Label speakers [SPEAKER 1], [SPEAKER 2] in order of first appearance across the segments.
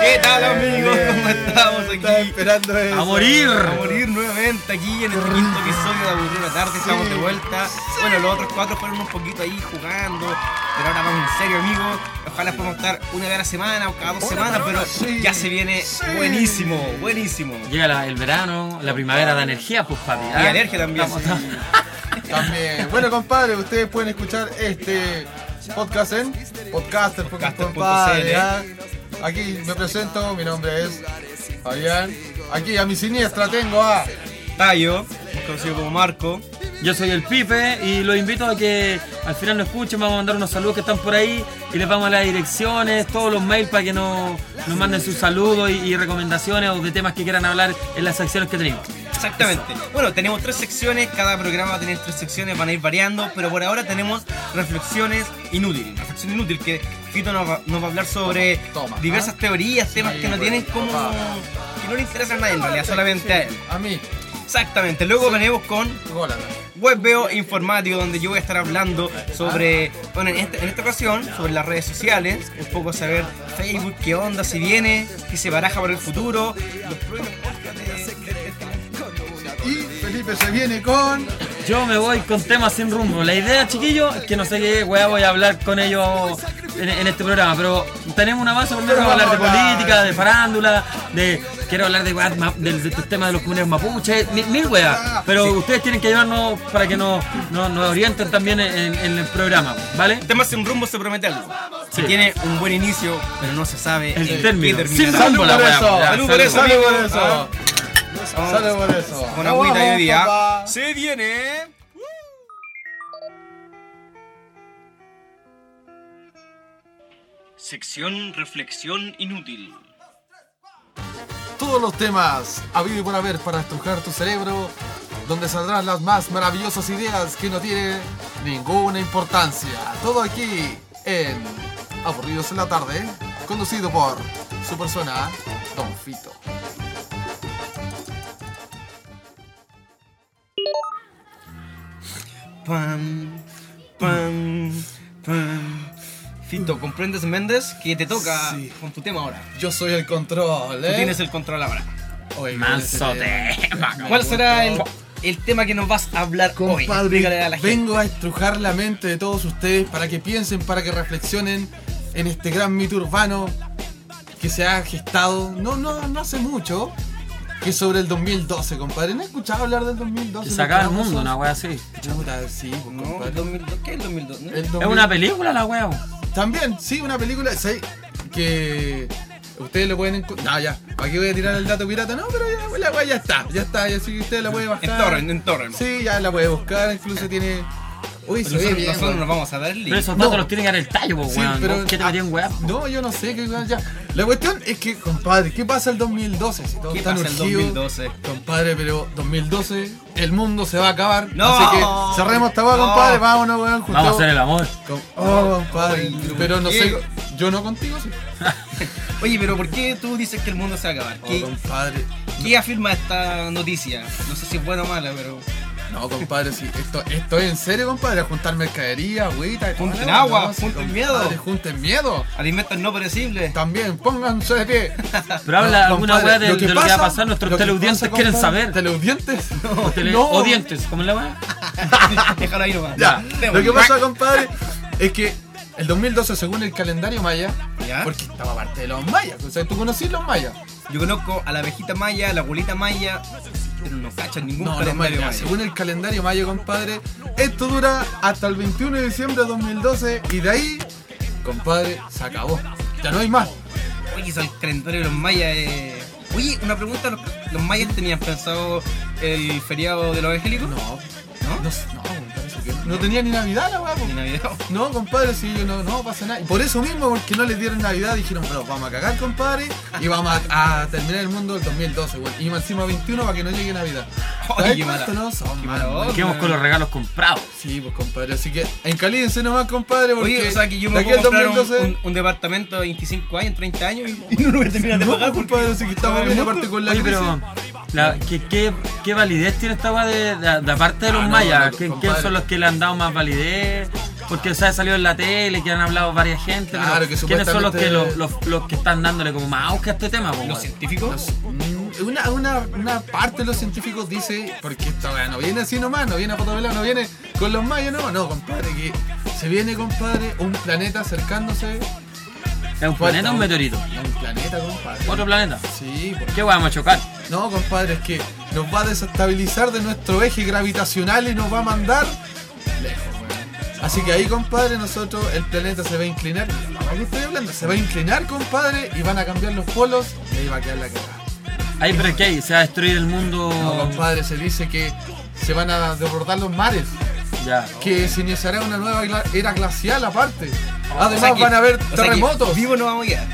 [SPEAKER 1] ¿Qué tal amigos? ¿Cómo estamos aquí?
[SPEAKER 2] Estaba esperando eso.
[SPEAKER 1] A morir.
[SPEAKER 2] A morir nuevamente aquí en este quinto episodio de Aburrida Tarde. Estamos de vuelta. Bueno, los otros cuatro fueron un poquito ahí jugando. Pero ahora vamos en serio, amigos. Ojalá podamos estar una vez a la semana o cada dos semanas. Pero ya se viene buenísimo, buenísimo.
[SPEAKER 1] Llega la- el verano, la primavera da energía, pues papi.
[SPEAKER 2] Y alergia también.
[SPEAKER 1] Estamos-
[SPEAKER 2] sí.
[SPEAKER 1] estamos-
[SPEAKER 3] También. Bueno, compadre, ustedes pueden escuchar este podcast en podcaster,
[SPEAKER 2] Podcaster.cl.
[SPEAKER 3] compadre, ¿ah? Aquí me presento, mi nombre es Fabián. Aquí a mi siniestra tengo a.
[SPEAKER 2] Tayo, más conocido como Marco.
[SPEAKER 1] Yo soy el Pipe y los invito a que al final nos escuchen, vamos a mandar unos saludos que están por ahí y les vamos a las direcciones, todos los mails para que nos, nos manden sus saludos y, y recomendaciones o de temas que quieran hablar en las secciones que tenemos.
[SPEAKER 2] Exactamente. Bueno, tenemos tres secciones, cada programa va a tener tres secciones, van a ir variando, pero por ahora tenemos reflexiones inútiles. Reflexión inútil que Fito nos va, nos va a hablar sobre
[SPEAKER 3] Toma, ¿ah?
[SPEAKER 2] diversas teorías, temas que no tienen como...
[SPEAKER 3] papá.
[SPEAKER 2] que no le interesan a
[SPEAKER 3] Ah,
[SPEAKER 2] nadie en realidad, solamente a él.
[SPEAKER 3] A mí,
[SPEAKER 2] Exactamente. Luego venimos con
[SPEAKER 3] Golana.
[SPEAKER 2] Webveo Informático, donde yo voy a estar hablando sobre, bueno, en, este- en esta ocasión, sobre las redes sociales, un poco saber Facebook, qué onda, si viene, qué se baraja para el futuro, los pros y los contras de- de- de este
[SPEAKER 3] Y Felipe se viene con.
[SPEAKER 1] Yo me voy con temas sin rumbo. La idea, chiquillos, es que no sé qué weá voy a hablar con ellos en, en este programa, pero tenemos una base, primero vamos a hablar de política, de farándula, de quiero hablar de, weá ma- de, de estos temas de los comuneros mapuches, mi- mil, weá. Pero ustedes tienen que ayudarnos para que nos, nos, nos orienten también en, en el programa, ¿vale?
[SPEAKER 2] El tema sin rumbo se promete algo.
[SPEAKER 1] Sí.
[SPEAKER 2] Se tiene un buen inicio, pero no se sabe
[SPEAKER 1] El
[SPEAKER 2] en
[SPEAKER 1] término.
[SPEAKER 2] qué
[SPEAKER 1] Sin
[SPEAKER 2] terminará.
[SPEAKER 1] rumbo la
[SPEAKER 3] por
[SPEAKER 1] weá.
[SPEAKER 3] eso.
[SPEAKER 1] Ya,
[SPEAKER 2] Salud por eso,
[SPEAKER 3] Salud por
[SPEAKER 2] amigo. Ah.
[SPEAKER 3] eso.
[SPEAKER 2] Vamos
[SPEAKER 3] Salud por eso.
[SPEAKER 2] Con agüita hoy día.
[SPEAKER 3] Papá.
[SPEAKER 2] Se viene. Sección Reflexión Inútil.
[SPEAKER 3] Todos los temas habido y por haber para estrujar tu cerebro, donde saldrán las más maravillosas ideas que no tienen ninguna importancia. Todo aquí en Aburridos en la Tarde, conducido por su persona, Don Fito.
[SPEAKER 2] Pam, pam, pam. Fito, ¿comprendes, Méndez? Que te toca
[SPEAKER 3] Sí.
[SPEAKER 2] con tu tema ahora.
[SPEAKER 3] Yo soy el control, ¿eh?
[SPEAKER 2] Tú tienes el control ahora.
[SPEAKER 1] Manso tema.
[SPEAKER 2] ¿Cuál será el, el tema que nos vas a hablar hoy? Explícale a la
[SPEAKER 3] Compadre,
[SPEAKER 2] gente.
[SPEAKER 3] vengo a estrujar la mente de todos ustedes para que piensen, para que reflexionen en este gran mito urbano que se ha gestado no, no, no hace mucho, que es sobre el 2012, compadre. ¿No he escuchado hablar del 2012?
[SPEAKER 1] Que se acaba el
[SPEAKER 3] ¿No?
[SPEAKER 1] mundo, una weá así.
[SPEAKER 3] Chuta, sí, pues,
[SPEAKER 2] No,
[SPEAKER 3] compadre.
[SPEAKER 2] el 2002. ¿Qué es el 2002? ¿No?
[SPEAKER 3] El
[SPEAKER 1] Es
[SPEAKER 3] 2000
[SPEAKER 1] una película la weá.
[SPEAKER 3] También, sí, una película sí, que ustedes lo pueden encontrar. No, ya, aquí voy a tirar el dato pirata, no, pero ya, la wea ya está, ya está, ya sí que ustedes la pueden
[SPEAKER 2] En
[SPEAKER 3] bajar.
[SPEAKER 2] torrent, en torrent.
[SPEAKER 3] Sí, ya la puede buscar, incluso tiene. Uy, se ve
[SPEAKER 2] Nosotros,
[SPEAKER 3] bien.
[SPEAKER 2] nosotros
[SPEAKER 3] weón.
[SPEAKER 2] nos vamos a dar el
[SPEAKER 1] Pero
[SPEAKER 2] link.
[SPEAKER 1] esos datos
[SPEAKER 3] No.
[SPEAKER 1] los tienen que dar el tallo, po,
[SPEAKER 3] Sí,
[SPEAKER 1] weón. ¿Vos ¿Qué te
[SPEAKER 3] ah,
[SPEAKER 1] metían weá?
[SPEAKER 3] No, yo no sé qué weón, ya. La cuestión es que, compadre, ¿qué pasa el 2012? Si todo
[SPEAKER 2] ¿Qué
[SPEAKER 3] está
[SPEAKER 2] pasa el 2012?
[SPEAKER 3] Compadre, pero 2012, el mundo se va a acabar.
[SPEAKER 2] No.
[SPEAKER 3] Así que cerremos esta weá,
[SPEAKER 2] No.
[SPEAKER 3] compadre. Vámonos, weón.
[SPEAKER 1] Vamos a
[SPEAKER 3] juntemos-
[SPEAKER 1] hacer el amor.
[SPEAKER 3] Com- Oh, compadre.
[SPEAKER 2] Ay,
[SPEAKER 3] Pero no
[SPEAKER 2] ¿qué?
[SPEAKER 3] sé. Yo no contigo, sí.
[SPEAKER 2] Oye, pero ¿por qué tú dices que el mundo se va a acabar?
[SPEAKER 3] Oh,
[SPEAKER 2] ¿Qué,
[SPEAKER 3] compadre.
[SPEAKER 2] qué afirma esta noticia? No sé si es buena o mala, pero.
[SPEAKER 3] No, compadre, sí. Esto, esto es en serio, compadre. A juntar mercadería, agüita.
[SPEAKER 2] Junten
[SPEAKER 3] toda la-
[SPEAKER 2] agua,
[SPEAKER 3] sí,
[SPEAKER 2] junten
[SPEAKER 3] compadre,
[SPEAKER 2] miedo.
[SPEAKER 3] Junten miedo.
[SPEAKER 2] Alimentos no perecibles.
[SPEAKER 3] También, pónganse de pie.
[SPEAKER 1] Pero habla alguna
[SPEAKER 3] compadre,
[SPEAKER 1] weá de, de lo que va a pasar,
[SPEAKER 3] lo
[SPEAKER 1] nuestros
[SPEAKER 3] que
[SPEAKER 1] teleaudientes
[SPEAKER 3] pasa,
[SPEAKER 1] quieren
[SPEAKER 3] compadre,
[SPEAKER 1] saber.
[SPEAKER 3] ¿Teleaudientes?
[SPEAKER 1] O, tele-
[SPEAKER 3] No.
[SPEAKER 1] o dientes, ¿cómo es la weá?
[SPEAKER 2] Déjalo ahí nomás.
[SPEAKER 3] Ya,
[SPEAKER 2] Démosle.
[SPEAKER 3] lo que pasa, compadre, es que el 2012, según el calendario maya,
[SPEAKER 2] Ya.
[SPEAKER 3] porque estaba parte de los mayas, o sea, tú conocís los mayas.
[SPEAKER 2] Yo conozco a la abejita maya, a la abuelita maya, pero no cachan ningún
[SPEAKER 3] No, los
[SPEAKER 2] calendario
[SPEAKER 3] mayas.
[SPEAKER 2] maya.
[SPEAKER 3] Según el calendario maya, compadre, esto dura hasta el 21 de diciembre de 2012 y de ahí, compadre, se acabó. Ya no hay más.
[SPEAKER 2] Oye, eso el calendario de los mayas. eh. Oye, una pregunta: ¿los, los mayas tenían pensado el feriado de los evangélicos?
[SPEAKER 3] No, no,
[SPEAKER 2] ¿No? ¿Ah?
[SPEAKER 3] no, compadre, que no tenía ni Navidad la weá, po.
[SPEAKER 2] Ni Navidad.
[SPEAKER 3] No, compadre, si yo no, no pasa nada. Por eso mismo, porque no les dieron Navidad, dijeron, pero vamos a cagar, compadre, y vamos a, a terminar el mundo del 2012, weón. Y más encima 21 para que no llegue Navidad.
[SPEAKER 2] Oye,
[SPEAKER 3] ¿Sabes
[SPEAKER 2] qué
[SPEAKER 3] cuánto
[SPEAKER 2] mala-
[SPEAKER 3] no son,
[SPEAKER 2] qué
[SPEAKER 3] mala
[SPEAKER 2] mala
[SPEAKER 3] onda?
[SPEAKER 2] onda.
[SPEAKER 1] Quedamos con los regalos comprados.
[SPEAKER 3] Sí, pues compadre, así que encalídense nomás, compadre, porque
[SPEAKER 2] Oye, o sea que yo
[SPEAKER 3] de
[SPEAKER 2] me
[SPEAKER 3] aquí
[SPEAKER 2] puedo
[SPEAKER 3] al
[SPEAKER 2] comprar un,
[SPEAKER 3] 2012,
[SPEAKER 2] un- un departamento de 25 años, 30 años y, y no lo voy a terminar de
[SPEAKER 3] No,
[SPEAKER 2] pagar porque... Ah, pues.
[SPEAKER 3] compadre, así que estamos bien aparte con la
[SPEAKER 1] Oye,
[SPEAKER 3] crisis.
[SPEAKER 1] pero la- ¿qué, qué, qué validez tiene esta weá de, de- de aparte de los
[SPEAKER 3] Ah, no,
[SPEAKER 1] mayas?
[SPEAKER 3] no,
[SPEAKER 1] ¿Quién,
[SPEAKER 3] compadre.
[SPEAKER 1] quién son los que le han dado más validez? porque se ha salido en la tele, que han hablado varias gente.
[SPEAKER 3] Claro,
[SPEAKER 1] pero
[SPEAKER 3] que
[SPEAKER 1] ¿Quiénes son los que,
[SPEAKER 3] supuestamente-
[SPEAKER 1] los, los- los que están dándole como más auge a este tema? po,
[SPEAKER 2] ¿Los
[SPEAKER 1] weón?
[SPEAKER 2] científicos?
[SPEAKER 3] Mm, Una, una, una parte de los científicos dice, porque esta weá no viene así nomás, no viene a Potovelá, no viene con los mayos, no, no, compadre, que se viene, compadre, un planeta acercándose.
[SPEAKER 1] ¿Es un planeta o un meteorito?
[SPEAKER 3] Un planeta, compadre.
[SPEAKER 1] ¿Otro planeta?
[SPEAKER 3] Sí, por-
[SPEAKER 1] ¿Qué weá vamos a chocar?
[SPEAKER 3] no, compadre, es que nos va a desestabilizar de nuestro eje gravitacional y nos va a mandar lejos, weón. Así que ahí, compadre, nosotros, el planeta se va a inclinar. ¿A qué estoy hablando? Se va a inclinar, compadre, y van a cambiar los polos y ahí va a quedar la cagada.
[SPEAKER 1] Ahí, pero ¿qué hay? ¿Se va a destruir el mundo?
[SPEAKER 3] No, compadre, se dice que se van a desbordar los mares,
[SPEAKER 1] Ya.
[SPEAKER 3] que se iniciará una nueva gla- era glacial aparte.
[SPEAKER 2] O
[SPEAKER 3] Ah, Además
[SPEAKER 2] sea que-
[SPEAKER 3] van a haber
[SPEAKER 2] o sea que
[SPEAKER 3] terremotos.
[SPEAKER 2] Vivos no vamos a quedar.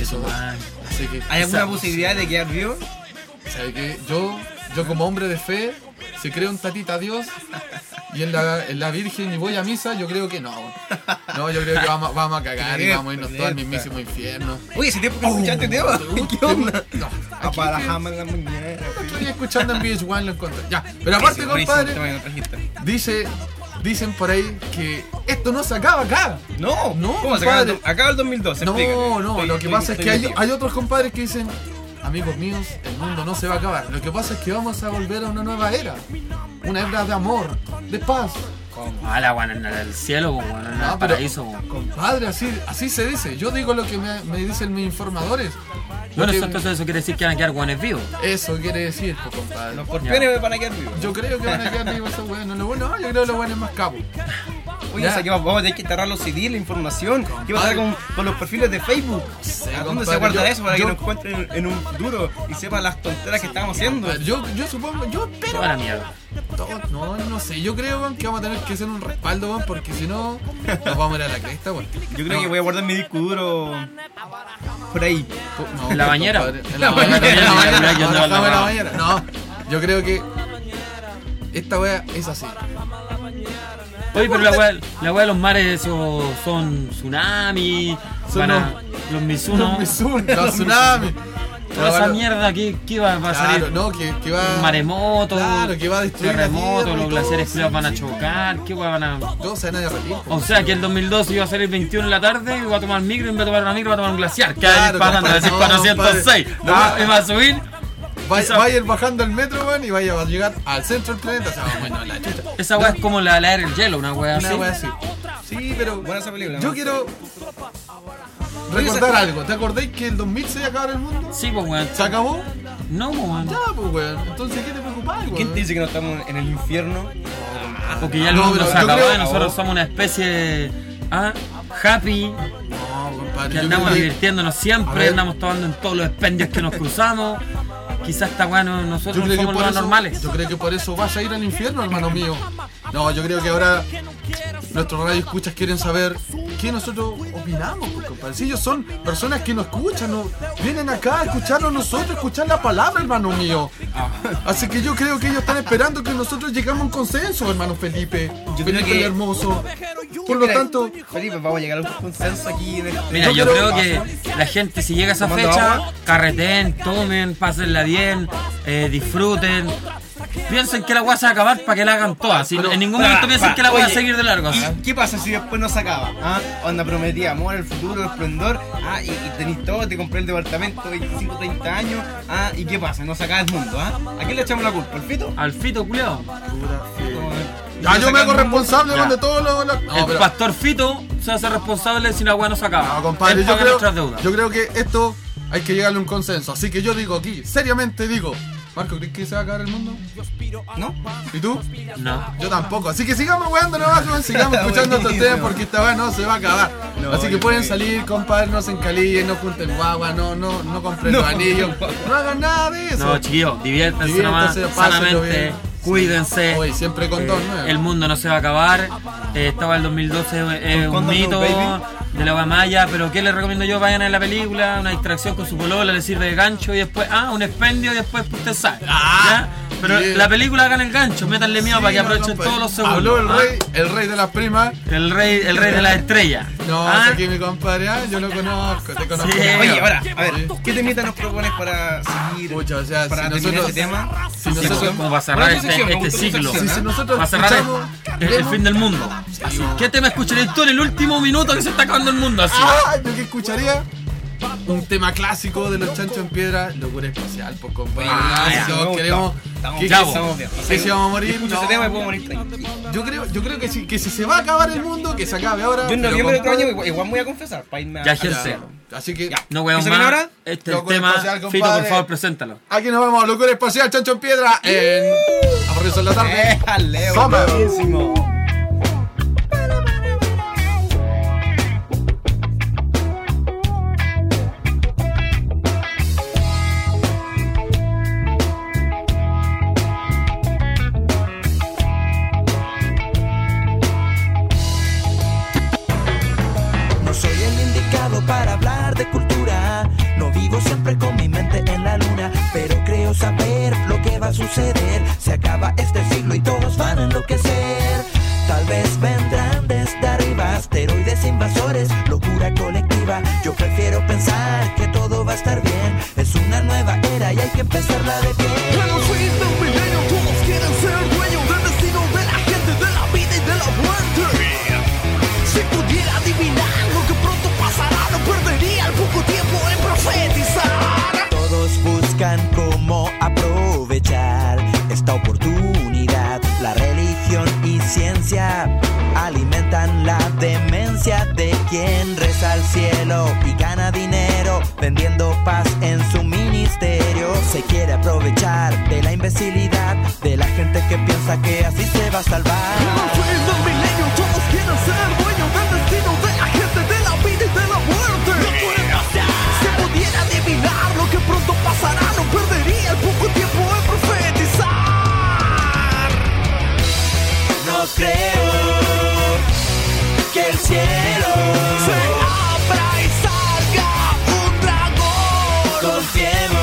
[SPEAKER 3] Eso,
[SPEAKER 1] Man.
[SPEAKER 3] así que,
[SPEAKER 2] ¿Hay alguna
[SPEAKER 1] Exacto.
[SPEAKER 2] posibilidad de quedar vivos?
[SPEAKER 3] ¿sabe qué? Yo, yo como hombre de fe, se creo un tatita a Dios y en la, en la Virgen y voy a misa, yo creo que no. No, yo creo que vamos, vamos a cagar y vamos a irnos todos al mismísimo infierno.
[SPEAKER 2] Oye, ese tiempo que escuchaste tema. ¿Qué onda?
[SPEAKER 3] Oh. No,
[SPEAKER 2] A
[SPEAKER 3] aquí
[SPEAKER 2] para jamás en la mañana.
[SPEAKER 3] estoy escuchando en VH1 lo encontré. Ya, pero aparte,
[SPEAKER 2] Buenísimo,
[SPEAKER 3] compadre,
[SPEAKER 2] buenísimo, tema que nos trajiste.
[SPEAKER 3] dice, dicen por ahí que esto no se acaba acá.
[SPEAKER 2] No,
[SPEAKER 3] No,
[SPEAKER 2] ¿Cómo se acaba el,
[SPEAKER 3] compadre.
[SPEAKER 2] do- acaba el 2012?
[SPEAKER 3] No,
[SPEAKER 2] explícame.
[SPEAKER 3] no,
[SPEAKER 2] Estoy-
[SPEAKER 3] lo que
[SPEAKER 2] estoy-
[SPEAKER 3] pasa es
[SPEAKER 2] estoy
[SPEAKER 3] que hay,
[SPEAKER 2] metido.
[SPEAKER 3] hay otros compadres que dicen, amigos míos, el mundo no se va a acabar. Lo que pasa es que vamos a volver a una nueva era. Una era de amor, de paz.
[SPEAKER 1] Ah, la weón en el cielo, po, weón, en el
[SPEAKER 3] No, pero-
[SPEAKER 1] paraíso. po.
[SPEAKER 3] Compadre, así, así se dice. Yo digo lo que me, me dicen mis informadores.
[SPEAKER 1] Bueno,
[SPEAKER 3] Porque
[SPEAKER 1] eso, entonces eso quiere decir que van a quedar weones vivos.
[SPEAKER 3] eso quiere decir, pues, compadre.
[SPEAKER 2] Los porciones van a quedar vivos.
[SPEAKER 3] Yo creo que van a quedar vivos esos buenos. Lo bueno, yo creo que lo bueno es más capo.
[SPEAKER 2] Oye,
[SPEAKER 3] Ya.
[SPEAKER 2] o sea, que vamos vamos a tener que enterrar los CD, la información. ¿Qué va a pasar con, con los perfiles de Facebook? ¿A dónde
[SPEAKER 3] compadre,
[SPEAKER 2] se guarda
[SPEAKER 3] yo-
[SPEAKER 2] eso para
[SPEAKER 3] yo-
[SPEAKER 2] que nos encuentren en un duro y sepan las tonteras que estamos haciendo?
[SPEAKER 3] Yo, yo supongo, yo espero
[SPEAKER 1] Toda la mierda.
[SPEAKER 3] No, No, no sé, yo creo weón, que vamos a tener que hacer un respaldo, weón, porque si no, nos vamos a ir a la cresta, weón.
[SPEAKER 2] Yo creo que voy a guardar mi disco duro por ahí.
[SPEAKER 3] No,
[SPEAKER 1] ¿En la bañera?
[SPEAKER 3] compadre, En la
[SPEAKER 2] La bañera,
[SPEAKER 3] bañera, en la bañera,
[SPEAKER 1] yo andaba en la
[SPEAKER 3] no, en la bañera.
[SPEAKER 1] bañera.
[SPEAKER 3] No, yo creo que esta wea es así.
[SPEAKER 1] Oye, pero la weá, la weá de los mares, eso son tsunami,
[SPEAKER 3] Son
[SPEAKER 1] van a-
[SPEAKER 3] No,
[SPEAKER 1] los Mizuno.
[SPEAKER 3] los tsunamis.
[SPEAKER 1] Toda esa mierda, ¿qué, qué va, va a salir?
[SPEAKER 3] Claro, no, que, que va.
[SPEAKER 1] Un Maremoto,
[SPEAKER 3] Claro, que va a destruir la
[SPEAKER 1] terremoto,
[SPEAKER 3] tierra y
[SPEAKER 1] los
[SPEAKER 3] todo,
[SPEAKER 1] glaciares
[SPEAKER 3] sí,
[SPEAKER 1] culiados van a
[SPEAKER 3] sí.
[SPEAKER 1] chocar, qué weá van a.
[SPEAKER 3] No se van a derretir.
[SPEAKER 1] O sea que el 2012 iba a salir 21 en la tarde, iba a tomar micro, en vez de tomar una micro, iba a tomar un glaciar. Cada
[SPEAKER 3] Claro,
[SPEAKER 1] vez pasando,
[SPEAKER 3] compadre,
[SPEAKER 1] decís
[SPEAKER 3] no,
[SPEAKER 1] 406.
[SPEAKER 3] compadre.
[SPEAKER 1] Ah,
[SPEAKER 3] No.
[SPEAKER 1] iba a subir.
[SPEAKER 3] Va,
[SPEAKER 1] esa-
[SPEAKER 3] va a ir bajando el metro, weón, y vaya a llegar al centro del planeta. O sea, bueno, la chucha.
[SPEAKER 1] Esa weá es como la, la era del hielo, una weá así.
[SPEAKER 3] Una wea así. Sí, pero.
[SPEAKER 2] Buena esa película.
[SPEAKER 3] Yo
[SPEAKER 2] ¿no?
[SPEAKER 3] quiero recordar algo. ¿Te acordáis que el 2000 se iba a acabar el mundo?
[SPEAKER 1] Sí, pues weón.
[SPEAKER 3] ¿Se acabó?
[SPEAKER 1] No, pues, weón.
[SPEAKER 3] Ya, pues, weón. Entonces, ¿qué te preocupáis,
[SPEAKER 2] ¿Quién
[SPEAKER 3] weón?
[SPEAKER 2] te dice que no estamos en el infierno?
[SPEAKER 1] Porque ya el
[SPEAKER 3] No,
[SPEAKER 1] mundo
[SPEAKER 3] pero
[SPEAKER 1] se
[SPEAKER 3] yo
[SPEAKER 1] acabó
[SPEAKER 3] creo-
[SPEAKER 1] y nosotros somos una especie de. Ah, happy,
[SPEAKER 3] No, compadre.
[SPEAKER 1] que
[SPEAKER 3] yo
[SPEAKER 1] andamos
[SPEAKER 3] creo que-
[SPEAKER 1] divirtiéndonos
[SPEAKER 3] A
[SPEAKER 1] siempre,
[SPEAKER 3] ver.
[SPEAKER 1] andamos tomando en todos los expendios que nos cruzamos. Quizás esta weá no-
[SPEAKER 3] yo
[SPEAKER 1] nosotros no
[SPEAKER 3] creo que
[SPEAKER 1] somos
[SPEAKER 3] por
[SPEAKER 1] los
[SPEAKER 3] eso-
[SPEAKER 1] normales.
[SPEAKER 3] Yo creo que por eso vas a ir al infierno, hermano mío. No, yo creo que ahora nuestros radio escuchas quieren saber qué nosotros opinamos, pues, compadre. Si ellos son personas que nos escuchan, no, vienen acá a escucharnos nosotros, escuchar la palabra, hermano mío. Así que yo creo que ellos están esperando que nosotros llegamos a un consenso, hermano Felipe.
[SPEAKER 2] Yo creo
[SPEAKER 3] Felipe
[SPEAKER 2] que-
[SPEAKER 3] el hermoso. Por lo
[SPEAKER 2] Mira,
[SPEAKER 3] tanto,
[SPEAKER 2] Felipe, vamos a llegar a un consenso aquí en este.
[SPEAKER 1] Mira,
[SPEAKER 3] Yo
[SPEAKER 1] yo
[SPEAKER 3] creo-
[SPEAKER 1] creo que la gente si llega a esa
[SPEAKER 2] Tomando
[SPEAKER 1] fecha,
[SPEAKER 2] agua.
[SPEAKER 1] carreten, tomen, pásenla bien, eh, disfruten. Piensen que la weá se va a acabar para que la hagan todas. Si
[SPEAKER 3] Pero-
[SPEAKER 1] en ningún momento
[SPEAKER 2] Pa,
[SPEAKER 1] piensen
[SPEAKER 2] pa,
[SPEAKER 1] que la weá va a
[SPEAKER 2] oye,
[SPEAKER 1] seguir de largo. ¿ah? así.
[SPEAKER 2] ¿Y qué pasa si después no se acaba? ¿Ah? Onda prometía amor, el futuro, el esplendor. Ah, y, y tenés todo, te compré el departamento, 25, 30 años. Ah, ¿y qué pasa? No se acaba el mundo, ¿ah? ¿A quién le echamos la culpa? ¿Al fito?
[SPEAKER 1] Al fito culeado.
[SPEAKER 3] ya yo me hago responsable
[SPEAKER 2] responsable.
[SPEAKER 1] Ya.
[SPEAKER 3] weón, de todo lo. lo-
[SPEAKER 1] el
[SPEAKER 3] No, pero-
[SPEAKER 1] pastor fito se hace responsable si la weá no se acaba.
[SPEAKER 3] No, compadre,
[SPEAKER 1] Él
[SPEAKER 3] yo
[SPEAKER 1] paga
[SPEAKER 3] creo,
[SPEAKER 1] nuestras deudas.
[SPEAKER 3] yo creo que esto hay que llegarle a un consenso. Así que yo digo aquí, seriamente digo, Marco, ¿crees que se va a acabar el mundo?
[SPEAKER 2] ¿No?
[SPEAKER 3] ¿Y tú?
[SPEAKER 1] No.
[SPEAKER 3] Yo tampoco. Así que sigamos weando nomás, weón, sigamos escuchando estos temas porque esta vez no se va a acabar.
[SPEAKER 2] No,
[SPEAKER 3] Así que
[SPEAKER 2] yo
[SPEAKER 3] pueden
[SPEAKER 2] creo que-
[SPEAKER 3] salir, compadre, no se encalillen, no junten guagua, no, no, no compren los anillos, no hagan nada de eso.
[SPEAKER 1] No, chiquillos, diviértanse,
[SPEAKER 3] Diviértanse,
[SPEAKER 1] nomás,
[SPEAKER 3] pásenlo
[SPEAKER 1] sanamente,
[SPEAKER 3] bien.
[SPEAKER 1] cuídense.
[SPEAKER 3] Oye, siempre con dos
[SPEAKER 1] Eh,
[SPEAKER 3] nuevos.
[SPEAKER 1] el mundo no se va a acabar. Eh, estaba el 2012, es
[SPEAKER 2] Con
[SPEAKER 1] un
[SPEAKER 2] Condom
[SPEAKER 1] mito
[SPEAKER 2] Room, baby.
[SPEAKER 1] de la Guamaya, pero ¿qué les recomiendo yo? Vayan a la película, una distracción con su polola, le sirve de gancho y después, ah, un expendio y después pues, usted sabe. ¿ya? Pero
[SPEAKER 3] Bien.
[SPEAKER 1] la película gana el gancho, métanle miedo
[SPEAKER 2] Sí,
[SPEAKER 1] para que
[SPEAKER 2] no,
[SPEAKER 1] aprovechen
[SPEAKER 2] no,
[SPEAKER 1] todos
[SPEAKER 2] pues.
[SPEAKER 1] los segundos.
[SPEAKER 3] Habló el
[SPEAKER 1] ¿ah?
[SPEAKER 3] rey, el rey de las primas.
[SPEAKER 1] El rey, el rey de las estrellas.
[SPEAKER 3] No,
[SPEAKER 1] Ah,
[SPEAKER 3] es aquí mi compadre, ah, yo lo conozco, te conozco.
[SPEAKER 1] Sí.
[SPEAKER 2] Oye, ahora, a ver, ¿qué temita nos propones para seguir?
[SPEAKER 3] Pucha, o sea,
[SPEAKER 2] para
[SPEAKER 3] si
[SPEAKER 2] terminar
[SPEAKER 3] nosotros-
[SPEAKER 2] este tema.
[SPEAKER 3] Si
[SPEAKER 1] sí,
[SPEAKER 3] nosotros,
[SPEAKER 1] como para cerrar
[SPEAKER 2] Bueno,
[SPEAKER 1] este,
[SPEAKER 2] sección,
[SPEAKER 1] este
[SPEAKER 2] me gustó tu
[SPEAKER 1] ciclo.
[SPEAKER 2] sección,
[SPEAKER 3] si, si
[SPEAKER 2] ¿ah?
[SPEAKER 3] nosotros
[SPEAKER 1] Para cerrar el,
[SPEAKER 3] escuchamos,
[SPEAKER 1] el- el
[SPEAKER 3] vemos-
[SPEAKER 1] fin del mundo. ¿Qué tema escucharías tú en el último minuto que se está acabando el mundo? Así.
[SPEAKER 3] Ah, yo que escucharía un tema clásico de los chanchos en piedra, locura espacial, pues compadre.
[SPEAKER 2] Ah, ya,
[SPEAKER 3] si
[SPEAKER 2] me
[SPEAKER 3] todos
[SPEAKER 2] gusta.
[SPEAKER 3] queremos.
[SPEAKER 2] Estamos
[SPEAKER 3] que-
[SPEAKER 1] bien,
[SPEAKER 3] que-
[SPEAKER 1] estamos
[SPEAKER 2] bien.
[SPEAKER 3] que si vamos a morir. no.
[SPEAKER 2] Escucho ese este tema y puedo morir tranquilo.
[SPEAKER 3] Yo creo, yo creo que, si, que si se va a acabar el mundo, que se acabe ahora.
[SPEAKER 2] Yo en
[SPEAKER 3] pero
[SPEAKER 2] noviembre de otro año
[SPEAKER 3] compadre,
[SPEAKER 2] igual, igual me voy a confesar para irme a.
[SPEAKER 1] Ya,
[SPEAKER 2] a-
[SPEAKER 1] Gerson.
[SPEAKER 3] ya, Así que
[SPEAKER 2] Ya.
[SPEAKER 1] No, weón,
[SPEAKER 2] ¿Eso viene
[SPEAKER 1] más.
[SPEAKER 2] ahora?
[SPEAKER 1] Este es el
[SPEAKER 3] Locura
[SPEAKER 1] tema.
[SPEAKER 3] espacial,
[SPEAKER 1] Fito, por
[SPEAKER 3] compadre.
[SPEAKER 1] favor, preséntalo.
[SPEAKER 3] aquí nos vamos, locura espacial, chancho en piedra, en Aburridos en la tarde.
[SPEAKER 2] Eh, Leo,
[SPEAKER 3] Summer.
[SPEAKER 2] buenísimo.
[SPEAKER 4] No soy el indicado para hablar de cultura. No vivo siempre con mi mente en la luna, pero creo saber lo que va a suceder. Se acaba este siglo y todos van a enloquecer. Tal vez vendrán desde arriba asteroides invasores, locura colectiva. Yo prefiero pensar que todo va a estar bien. Es una nueva era y hay que empezarla de pie.
[SPEAKER 5] En el fin del milenio todos quieren ser dueños del destino de la gente, de la vida y de la muerte. Si pudiera adivinar lo que pronto pasará, no perdería el poco tiempo en profetizar.
[SPEAKER 4] Todos buscan cómo aprovechar esta oportunidad. La religión y ciencia alimentan la demencia de quien reza al cielo y gana dinero vendiendo paz en su ministerio. Se quiere aprovechar de la imbecilidad de la gente que piensa que así se va a salvar.
[SPEAKER 5] En el fin del milenio todos quieren ser dueños del destino de la gente, de la vida y de la muerte. No puede pasar. Si pudiera adivinar lo que pronto pasará, no perdería el poco tiempo en profetizar.
[SPEAKER 4] No creo que el cielo
[SPEAKER 5] Se abra y salga un dragón.
[SPEAKER 4] Confiemos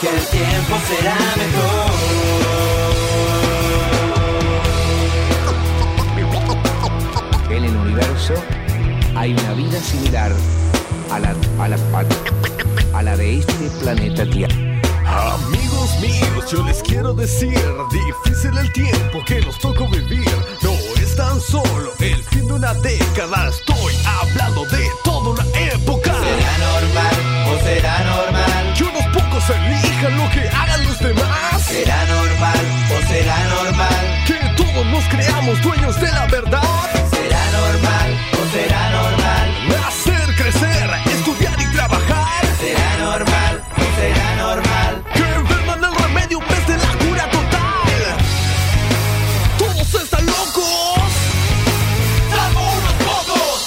[SPEAKER 4] que el tiempo será mejor.
[SPEAKER 6] en el universo hay una vida similar a la, a la, a la de este planeta Tierra.
[SPEAKER 7] Amigos míos, yo les quiero decir, difícil el tiempo que nos tocó vivir. No es tan solo el fin de una década, estoy hablando de toda una época.
[SPEAKER 4] ¿Será normal o será normal?
[SPEAKER 7] Que unos pocos elijan lo que hagan los demás.
[SPEAKER 4] ¿Será normal o será normal?
[SPEAKER 7] Que todos nos creamos dueños de la verdad.
[SPEAKER 4] ¿Será normal o será normal?
[SPEAKER 7] Hacer crecer, estudiar y trabajar.
[SPEAKER 4] ¿Será normal o será normal?
[SPEAKER 7] Que vendan el remedio en vez de la cura total.
[SPEAKER 5] Todos están locos. Salvo unos pocos.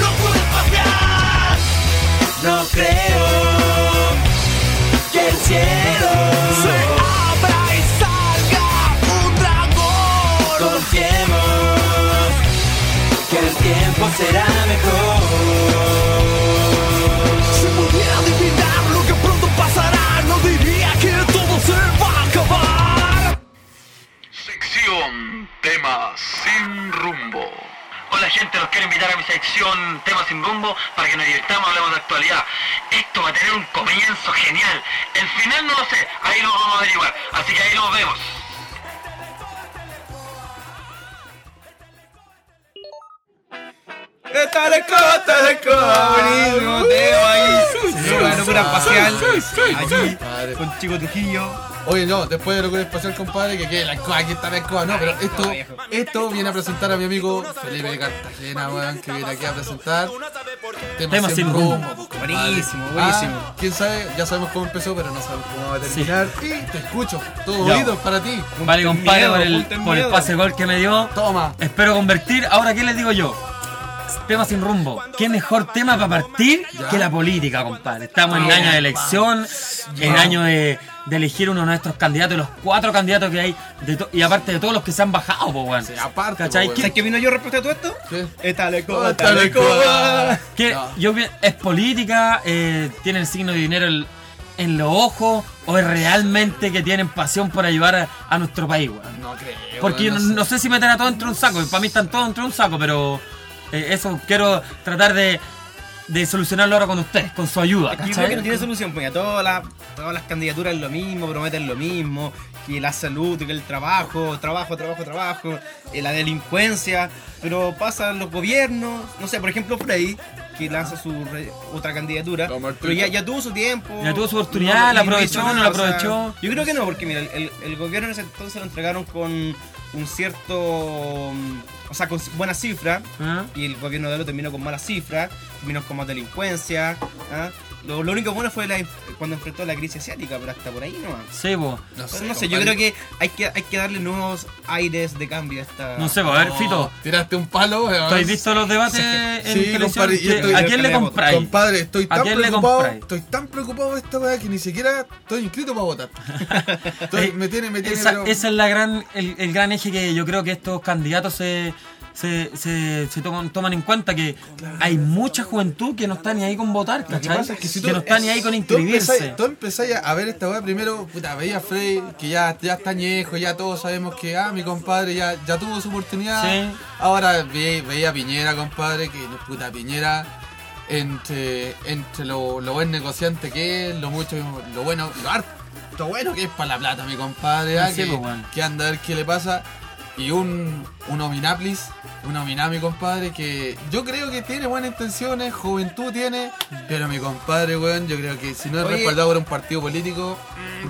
[SPEAKER 5] No pueden pasar.
[SPEAKER 4] No creo que el cielo
[SPEAKER 5] Se abra y salga un dragón.
[SPEAKER 4] confiemos que el tiempo será mejor.
[SPEAKER 5] Si pudiera adivinar lo que pronto pasará, no diría que todo se va a acabar.
[SPEAKER 8] Sección Tema Sin Rumbo.
[SPEAKER 9] Hola gente, los quiero invitar a mi sección Temas sin rumbo para que nos divirtamos, hablemos de actualidad. Esto va a tener un comienzo genial. El final no lo sé, ahí lo vamos a averiguar. Así que ahí nos vemos.
[SPEAKER 2] Está de costa, está de costa. Buenísimo, Teo ahí. Una locura espacial. Allí, con Chico Trujillo.
[SPEAKER 3] Oye, no, después de lo que les pasó al compadre, que quede la escoba, que está la escoba. No, pero esto, esto viene a presentar a mi amigo Felipe Cartagena, weón, que viene aquí a presentar.
[SPEAKER 1] Tema sin rumbo.
[SPEAKER 3] compadre.
[SPEAKER 2] Buenísimo, buenísimo.
[SPEAKER 3] Ah, Quién sabe, ya sabemos cómo empezó, pero no sabemos cómo va a terminar. Y te escucho, todo oídos para ti.
[SPEAKER 1] Vale,
[SPEAKER 2] Ponte
[SPEAKER 1] compadre,
[SPEAKER 2] miedo,
[SPEAKER 1] por el,
[SPEAKER 2] ponte
[SPEAKER 1] por el
[SPEAKER 2] miedo.
[SPEAKER 1] pase gol que me dio.
[SPEAKER 3] Toma.
[SPEAKER 1] Espero convertir. Ahora, ¿qué les digo yo? Tema sin rumbo. ¿Qué mejor tema para partir que la política, compadre? Estamos en año de elección, en año de, de elegir uno de nuestros candidatos, los cuatro candidatos que hay, de to- y aparte de todos los que se han bajado, po, weón.
[SPEAKER 3] aparte,
[SPEAKER 1] ¿Cachai?
[SPEAKER 3] po, weón.
[SPEAKER 2] ¿Sabes qué vino yo respecto a todo esto?
[SPEAKER 3] ¿Qué?
[SPEAKER 2] Está de costa,
[SPEAKER 3] Está de costa.
[SPEAKER 1] Que
[SPEAKER 3] No.
[SPEAKER 1] yo vi- es política, eh, tiene el signo de dinero el, en los ojos o es realmente que tienen pasión por ayudar a, a nuestro país, weón?
[SPEAKER 3] No creo.
[SPEAKER 1] Porque yo
[SPEAKER 3] weón,
[SPEAKER 1] no,
[SPEAKER 3] no sé.
[SPEAKER 1] no sé si meter a todos entre un saco, para mí están todos entre un saco, pero eh, eso quiero tratar de, de solucionarlo ahora con ustedes, con su ayuda.
[SPEAKER 2] Yo creo
[SPEAKER 1] ¿cachai?
[SPEAKER 2] que no tiene solución, pues ya todas las, todas las candidaturas es lo mismo, prometen lo mismo, que la salud, que el trabajo, trabajo, trabajo, trabajo, eh, la delincuencia, pero pasan los gobiernos, no sé, por ejemplo Freddy, que lanza su re- otra candidatura,
[SPEAKER 3] No, Martín.
[SPEAKER 2] pero ya, ya tuvo su tiempo.
[SPEAKER 1] Ya tuvo su oportunidad, la
[SPEAKER 2] y hizo
[SPEAKER 1] aprovechó,
[SPEAKER 2] nada,
[SPEAKER 1] no la
[SPEAKER 2] o sea,
[SPEAKER 1] aprovechó.
[SPEAKER 2] yo creo que no, porque mira, el, el- el gobierno en ese entonces lo entregaron con un cierto... mm, O sea, con buena cifra,
[SPEAKER 1] ¿Ah?
[SPEAKER 2] y el gobierno de lo terminó con malas cifras, terminó con más delincuencia. ¿ah? Lo, lo único bueno fue la- cuando enfrentó la crisis asiática, pero hasta por ahí no
[SPEAKER 1] Sí, po.
[SPEAKER 3] No
[SPEAKER 2] no sé, yo creo que hay, que hay que darle nuevos aires de cambio a esta.
[SPEAKER 1] No sé, po, a ver, Fito,
[SPEAKER 3] Tiraste un palo, weón.
[SPEAKER 1] ¿tú has visto los debates en
[SPEAKER 3] Sí,
[SPEAKER 1] televisión?
[SPEAKER 3] compadre, yo
[SPEAKER 1] ¿Qué-
[SPEAKER 3] estoy-
[SPEAKER 1] ¿A
[SPEAKER 2] yo
[SPEAKER 1] quién le
[SPEAKER 2] creo que voto.
[SPEAKER 1] compráis?
[SPEAKER 3] Compadre, estoy
[SPEAKER 1] ¿A
[SPEAKER 3] tan
[SPEAKER 1] quién le
[SPEAKER 3] preocupado.
[SPEAKER 1] compráis?
[SPEAKER 3] Estoy tan preocupado de esta weá que ni siquiera estoy inscrito para votar. Estoy-
[SPEAKER 1] Eh,
[SPEAKER 3] me tiene, me tiene.
[SPEAKER 1] Esa,
[SPEAKER 3] pero-
[SPEAKER 1] ese es la gran, el, el gran eje que yo creo que estos candidatos se, se, se, se toman, toman en cuenta, que hay mucha juventud que no está ni ahí con votar,
[SPEAKER 3] Lo que
[SPEAKER 1] ¿cachai?
[SPEAKER 3] pasa es que si tú-
[SPEAKER 1] no está ni ahí con
[SPEAKER 3] tú empezás-
[SPEAKER 1] inscribirse.
[SPEAKER 3] Tú empezás a ver esta weá primero, puta, veía a Frey, que ya, ya está añejo, ya todos sabemos que, ah, mi compadre ya, ya tuvo su oportunidad.
[SPEAKER 1] Sí.
[SPEAKER 3] Ahora ve- veía a Piñera, compadre, que puta, Piñera, entre, entre lo, lo buen negociante que es, lo mucho, lo bueno, lo harto bueno que es para la plata, mi compadre, ah,
[SPEAKER 1] Sí,
[SPEAKER 3] que,
[SPEAKER 1] pues, bueno.
[SPEAKER 3] que anda a ver qué le pasa. Y un, un Ominaplis, un Ominá, mi compadre, que yo creo que tiene buenas intenciones, juventud tiene, pero mi compadre, weón, yo creo que si no es
[SPEAKER 2] Oye.
[SPEAKER 3] respaldado por un partido político,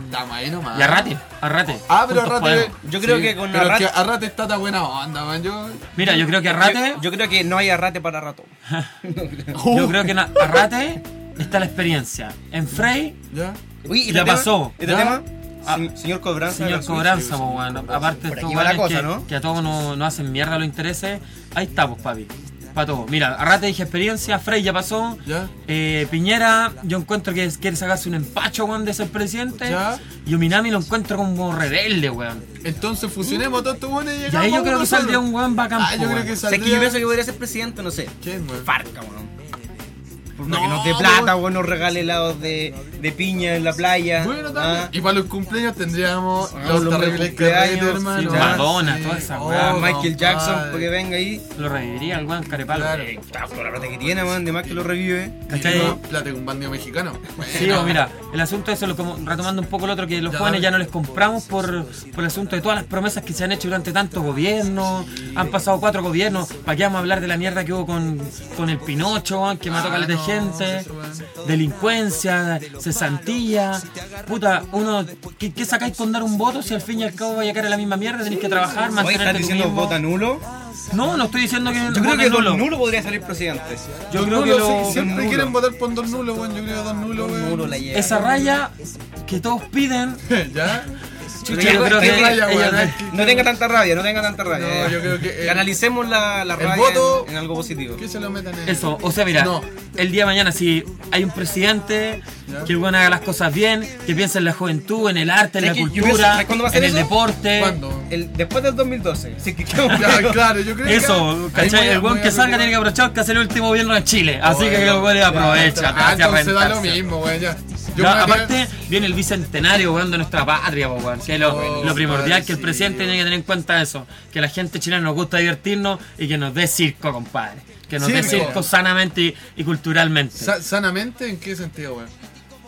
[SPEAKER 3] estamos ahí nomás.
[SPEAKER 1] Y arrate, arrate.
[SPEAKER 3] Ah, pero
[SPEAKER 1] Juntos pues.
[SPEAKER 3] Arrate.
[SPEAKER 1] podemos.
[SPEAKER 2] Yo creo que con
[SPEAKER 3] pero
[SPEAKER 2] Arrate-
[SPEAKER 3] que Arrate está tan buena onda, man. Yo.
[SPEAKER 1] Mira, yo creo que arrate,
[SPEAKER 2] Yo,
[SPEAKER 1] yo,
[SPEAKER 2] yo creo que no hay arrate para rato.
[SPEAKER 1] creo que en arrate está la experiencia. En Frey,
[SPEAKER 3] ¿Ya?
[SPEAKER 2] Uy, ¿y
[SPEAKER 1] Ya
[SPEAKER 2] este tema?
[SPEAKER 1] pasó,
[SPEAKER 2] ¿Este
[SPEAKER 1] ya.
[SPEAKER 2] tema?
[SPEAKER 1] Ah.
[SPEAKER 2] Se- señor Cobranza.
[SPEAKER 1] señor
[SPEAKER 2] Sí,
[SPEAKER 1] Cobranza,
[SPEAKER 2] sí,
[SPEAKER 1] po,
[SPEAKER 2] sí.
[SPEAKER 1] weón. aparte
[SPEAKER 2] Por
[SPEAKER 1] estos
[SPEAKER 2] aquí va la
[SPEAKER 1] weones que,
[SPEAKER 2] cosa, ¿no?
[SPEAKER 1] que a todos nos nos hacen mierda los intereses, ahí está, pues, papi. Para todos. Mira, arrate dije experiencia, Frey ya pasó.
[SPEAKER 3] Ya.
[SPEAKER 1] Eh, Piñera, yo encuentro que es- quiere sacarse un empacho, weón, de ser presidente.
[SPEAKER 3] Ya.
[SPEAKER 1] Y Ominami lo encuentro como rebelde, weón.
[SPEAKER 3] Entonces fusionemos todos estos buenos y
[SPEAKER 1] Y
[SPEAKER 3] llegamos.
[SPEAKER 1] ahí yo
[SPEAKER 3] a
[SPEAKER 1] creo
[SPEAKER 3] uno
[SPEAKER 1] que saldría
[SPEAKER 3] pues, solo.
[SPEAKER 1] un weón bacán.
[SPEAKER 3] Ah,
[SPEAKER 1] po,
[SPEAKER 3] yo creo
[SPEAKER 1] weón.
[SPEAKER 3] que
[SPEAKER 2] Sé que yo
[SPEAKER 3] saldría.
[SPEAKER 2] pienso que podría ser presidente, no sé.
[SPEAKER 3] ¿Quién, weón?
[SPEAKER 2] Farca, weón. Por
[SPEAKER 3] No,
[SPEAKER 2] no, que nos dé plata, weón, nos regale helados de, de piña en la playa.
[SPEAKER 3] Bueno, también.
[SPEAKER 2] ah.
[SPEAKER 3] Y para los cumpleaños tendríamos
[SPEAKER 2] Ah,
[SPEAKER 3] los
[SPEAKER 2] los
[SPEAKER 3] terribles
[SPEAKER 2] cumpleaños,
[SPEAKER 3] carretes, hermano. Oh,
[SPEAKER 2] sí,
[SPEAKER 1] Madonna, toda esa weá,
[SPEAKER 2] Ah, Michael Jackson,
[SPEAKER 3] compadre.
[SPEAKER 2] porque venga ahí.
[SPEAKER 1] Lo reviviría el weón, carepalo.
[SPEAKER 3] Claro.
[SPEAKER 1] Eh,
[SPEAKER 2] Está Ah, por la plata que tiene, man, de más que lo revive.
[SPEAKER 1] ¿Cachai?
[SPEAKER 3] Y no, Plata con un bandido mexicano.
[SPEAKER 1] Sí, o mira, el asunto eso, lo como, retomando un poco lo otro, que los
[SPEAKER 3] Ya,
[SPEAKER 1] jóvenes
[SPEAKER 3] dale.
[SPEAKER 1] ya no les compramos por, por el asunto de todas las promesas que se han hecho durante tantos gobiernos, han pasado cuatro gobiernos, ¿para qué vamos a hablar de la mierda que hubo con, con el Pinocho, weón, que mató
[SPEAKER 3] Ah,
[SPEAKER 1] a caleta de
[SPEAKER 3] no,
[SPEAKER 1] gente,
[SPEAKER 3] eso, weón.
[SPEAKER 1] delincuencia, cesantía, puta, uno, ¿qué, qué sacáis con dar un voto si al fin y al cabo vaya a caer a la misma mierda, tenéis que trabajar,
[SPEAKER 2] Hoy
[SPEAKER 1] mantenerte
[SPEAKER 2] están
[SPEAKER 1] tú
[SPEAKER 2] diciendo
[SPEAKER 1] mismo?
[SPEAKER 2] vota nulo.
[SPEAKER 1] No, no estoy diciendo que
[SPEAKER 2] Yo creo
[SPEAKER 1] voten
[SPEAKER 2] que
[SPEAKER 1] nulo.
[SPEAKER 2] Don Nulo podría salir presidente.
[SPEAKER 1] Yo
[SPEAKER 3] Don
[SPEAKER 1] creo que
[SPEAKER 3] Nulo,
[SPEAKER 1] lo-
[SPEAKER 3] sí, siempre
[SPEAKER 2] Don
[SPEAKER 3] quieren
[SPEAKER 2] Nulo.
[SPEAKER 3] votar por Don Nulo, weón. Yo creo que Don Nulo,
[SPEAKER 2] Don Nulo
[SPEAKER 3] weón.
[SPEAKER 2] la lleva.
[SPEAKER 1] Esa raya que todos piden,
[SPEAKER 3] ¿Ya?
[SPEAKER 2] Pero
[SPEAKER 1] chucha, yo
[SPEAKER 2] ya
[SPEAKER 1] creo
[SPEAKER 2] está
[SPEAKER 1] que
[SPEAKER 3] raya,
[SPEAKER 1] ellos-
[SPEAKER 3] weón.
[SPEAKER 2] No tenga tanta rabia, no tenga tanta rabia.
[SPEAKER 3] No, yo creo que el-
[SPEAKER 2] Analicemos la, la
[SPEAKER 3] el
[SPEAKER 2] rabia
[SPEAKER 3] voto-
[SPEAKER 2] en, en algo positivo.
[SPEAKER 3] Que se lo metan en
[SPEAKER 1] Eso, o sea, mira,
[SPEAKER 3] No.
[SPEAKER 1] el día de mañana si hay un presidente que el weón haga las cosas bien, que piense en la juventud, en el arte, en la
[SPEAKER 2] ¿Sabes qué? Yo pienso,
[SPEAKER 1] cultura,
[SPEAKER 2] ¿sabes cuándo va a
[SPEAKER 1] en
[SPEAKER 2] ser
[SPEAKER 1] el
[SPEAKER 2] eso?
[SPEAKER 1] deporte.
[SPEAKER 3] ¿Cuándo?
[SPEAKER 2] El, después del 2012. Si es que
[SPEAKER 3] Ya, claro, yo creo que.
[SPEAKER 1] Eso, ¿cachai? El
[SPEAKER 3] buen
[SPEAKER 1] weón que salga tiene que aprovechar que hace el último gobierno de Chile. Así que el weón aprovecha. te
[SPEAKER 3] Ah,
[SPEAKER 1] hace
[SPEAKER 3] entonces da lo
[SPEAKER 1] rentarse.
[SPEAKER 3] mismo, weón. Ya. Yo
[SPEAKER 1] Ya,
[SPEAKER 3] me voy a tirar-
[SPEAKER 1] aparte, viene el bicentenario weón, de nuestra patria, po, weón, que es lo,
[SPEAKER 3] Oh,
[SPEAKER 1] lo primordial
[SPEAKER 3] padre,
[SPEAKER 1] que el
[SPEAKER 3] sí.
[SPEAKER 1] presidente tiene que tener en cuenta eso. Que la gente chilena nos gusta divertirnos y que nos dé circo, compadre. Que nos dé
[SPEAKER 3] Circo.
[SPEAKER 1] circo sanamente y, y culturalmente.
[SPEAKER 3] Sa- ¿Sanamente? ¿En qué sentido, weón?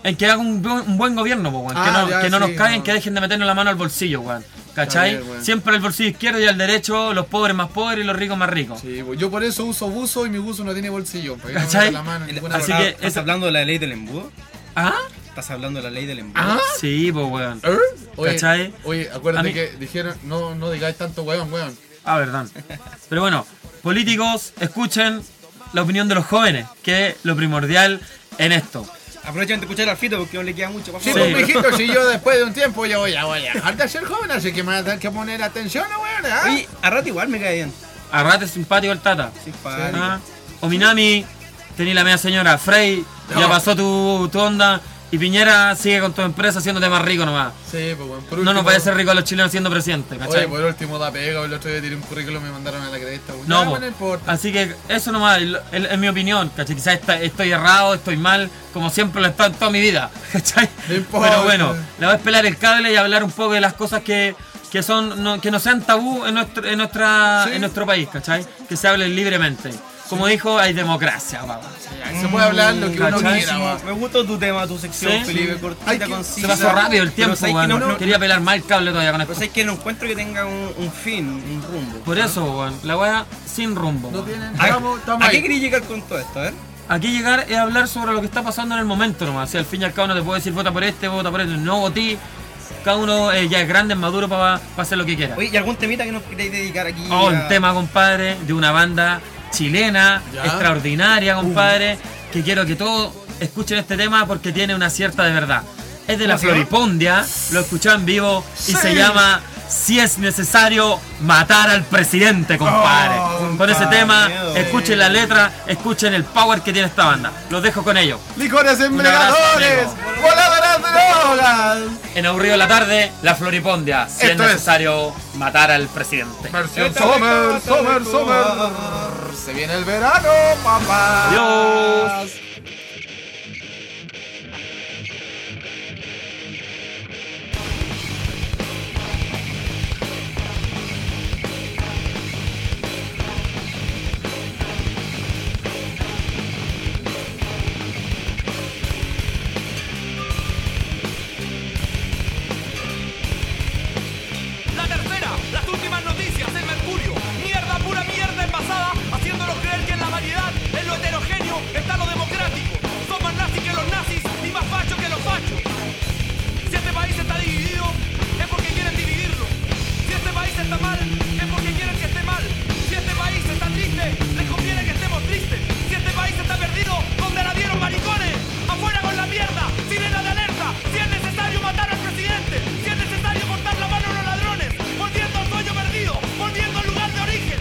[SPEAKER 1] En que haga un, bu- un buen gobierno, po, weón. que
[SPEAKER 3] Ah,
[SPEAKER 1] no,
[SPEAKER 3] ya,
[SPEAKER 1] que no
[SPEAKER 3] sí,
[SPEAKER 1] nos caigan,
[SPEAKER 3] no.
[SPEAKER 1] que dejen de meternos la mano al bolsillo, weón. ¿Cachai?
[SPEAKER 3] Está bien, weón.
[SPEAKER 1] Siempre el bolsillo izquierdo y al derecho, los pobres más pobres y los ricos más ricos.
[SPEAKER 3] Sí, weón, yo por eso uso buzo y mi buzo no tiene bolsillo. porque no me
[SPEAKER 1] ¿Cachai?
[SPEAKER 3] meto la mano en ninguna
[SPEAKER 1] Así
[SPEAKER 3] parte.
[SPEAKER 1] que
[SPEAKER 2] ¿Estás
[SPEAKER 1] esa-
[SPEAKER 2] hablando de la ley del embudo?
[SPEAKER 1] ¿Ah?
[SPEAKER 2] ¿Estás hablando de la ley del embudo?
[SPEAKER 3] ¿Ah?
[SPEAKER 1] Sí, pues, weón.
[SPEAKER 3] ¿Eh? Oye,
[SPEAKER 1] ¿Cachai?
[SPEAKER 3] Oye,
[SPEAKER 1] A
[SPEAKER 3] acuérdate
[SPEAKER 1] mí-
[SPEAKER 3] que dijeron, no, no digáis tanto weón, weón.
[SPEAKER 1] Ah, verdad. Pero bueno, políticos, escuchen la opinión de los jóvenes, que es lo primordial en esto.
[SPEAKER 2] Aprovechen de escuchar al Fito porque no le queda mucho. por
[SPEAKER 3] Sí,
[SPEAKER 1] Sí.
[SPEAKER 2] favor.
[SPEAKER 3] pues, mijito, si yo después de un tiempo ya voy a, voy a dejar de ser joven, así que me van a tener que poner atención, weón. ¿ah?
[SPEAKER 2] Oye, a rato igual me cae bien.
[SPEAKER 1] A rato es simpático el Tata.
[SPEAKER 2] Simpático.
[SPEAKER 1] Ah, Ominami, tení la media señora. Frey, ya pasó tu, tu onda. Y Piñera sigue con tu empresa haciéndote más rico nomás.
[SPEAKER 3] Sí, pues bueno, por
[SPEAKER 1] No nos
[SPEAKER 3] último-
[SPEAKER 1] parece rico a los chilenos siendo presidente, ¿cachai?
[SPEAKER 3] Oye, pues, por último da pega, el otro día tiré un currículum y me mandaron a la cresta. weón.
[SPEAKER 1] No,
[SPEAKER 3] Ya, pues,
[SPEAKER 1] po.
[SPEAKER 3] no importa.
[SPEAKER 1] así que eso nomás, el- el- es mi opinión, ¿cachai? Quizás está- estoy errado, estoy mal, como siempre lo he estado en toda mi vida, ¿cachai?
[SPEAKER 3] No importa.
[SPEAKER 1] Pero bueno, le voy a pelar el cable y hablar un poco de las cosas que, que son no, que no sean tabú en nuestro, en nuestra,
[SPEAKER 3] Sí.
[SPEAKER 1] en nuestro país, ¿cachai? Que se hablen libremente. Como dijo, hay democracia, papá.
[SPEAKER 3] Se puede hablar lo que uno
[SPEAKER 1] Ah, ¿cachai?
[SPEAKER 3] quiera, weón.
[SPEAKER 2] Me gustó tu tema, tu sección,
[SPEAKER 1] Sí.
[SPEAKER 2] Felipe,
[SPEAKER 3] Ay,
[SPEAKER 2] cortita,
[SPEAKER 3] que-
[SPEAKER 2] concisa.
[SPEAKER 1] Se pasó rápido el tiempo,
[SPEAKER 2] Pero sabes que
[SPEAKER 1] weón.
[SPEAKER 2] no- no-
[SPEAKER 1] Quería pelar mal el cable todavía con esto.
[SPEAKER 2] Pero sabes que no encuentro que tenga un, un fin, un rumbo.
[SPEAKER 1] Por eso, weón, la weá sin rumbo.
[SPEAKER 3] No
[SPEAKER 1] weón.
[SPEAKER 3] tienen.
[SPEAKER 2] ¿A,
[SPEAKER 3] Pues, Estamos, estamos
[SPEAKER 2] ¿a qué
[SPEAKER 3] ahí.
[SPEAKER 2] quería llegar con todo esto? A ver.
[SPEAKER 1] Aquí llegar es hablar sobre lo que está pasando en el momento nomás. Si al fin y al cabo no te puedo decir vota por este, vota por este, no votí. Cada uno eh, ya es grande, es maduro para hacer lo que quiera.
[SPEAKER 2] Oye, ¿y algún temita que nos queréis dedicar aquí?
[SPEAKER 1] Oh, un
[SPEAKER 2] a-
[SPEAKER 1] tema, compadre, de una banda chilena,
[SPEAKER 3] Ya.
[SPEAKER 1] extraordinaria,
[SPEAKER 2] Uh.
[SPEAKER 1] compadre, que quiero que todos escuchen este tema porque tiene una cierta de verdad. Es de la
[SPEAKER 2] ¿Cómo se llama?
[SPEAKER 1] Floripondia, lo escuché en vivo y se llama Si es necesario matar al presidente, compadre.
[SPEAKER 2] Oh,
[SPEAKER 1] con ese
[SPEAKER 2] compadre,
[SPEAKER 1] tema,
[SPEAKER 2] miedo.
[SPEAKER 1] escuchen la letra, escuchen el power que tiene esta banda. Los dejo con ellos.
[SPEAKER 3] Licores embriagadores,
[SPEAKER 1] abrazo,
[SPEAKER 3] voladoras de drogas.
[SPEAKER 1] En aburrido la tarde, la Floripondia, si
[SPEAKER 3] Esto
[SPEAKER 1] es
[SPEAKER 3] es.
[SPEAKER 1] necesario matar al presidente.
[SPEAKER 3] Versión Sommer, Sommer, Sommer. Se viene el verano, papá.
[SPEAKER 1] Adiós.
[SPEAKER 5] La tercera, las últimas noticias del Mercurio. Mierda, pura mierda envasada, haciéndonos creer que en la variedad, en lo heterogéneo, está lo democrático. Son más nazis que los nazis y más fachos que los fachos. Si este país está dividido, es porque quieren dividirlo. Si este país está mal, es porque quieren que esté mal. Si este país está triste, les conviene que estemos tristes. Si este país está perdido, donde la dieron maricones. Afuera con la mierda, sirena de alerta. Si es necesario matar al presidente. Si es necesario cortar la mano a los ladrones. Volviendo al sueño perdido, volviendo al lugar de origen.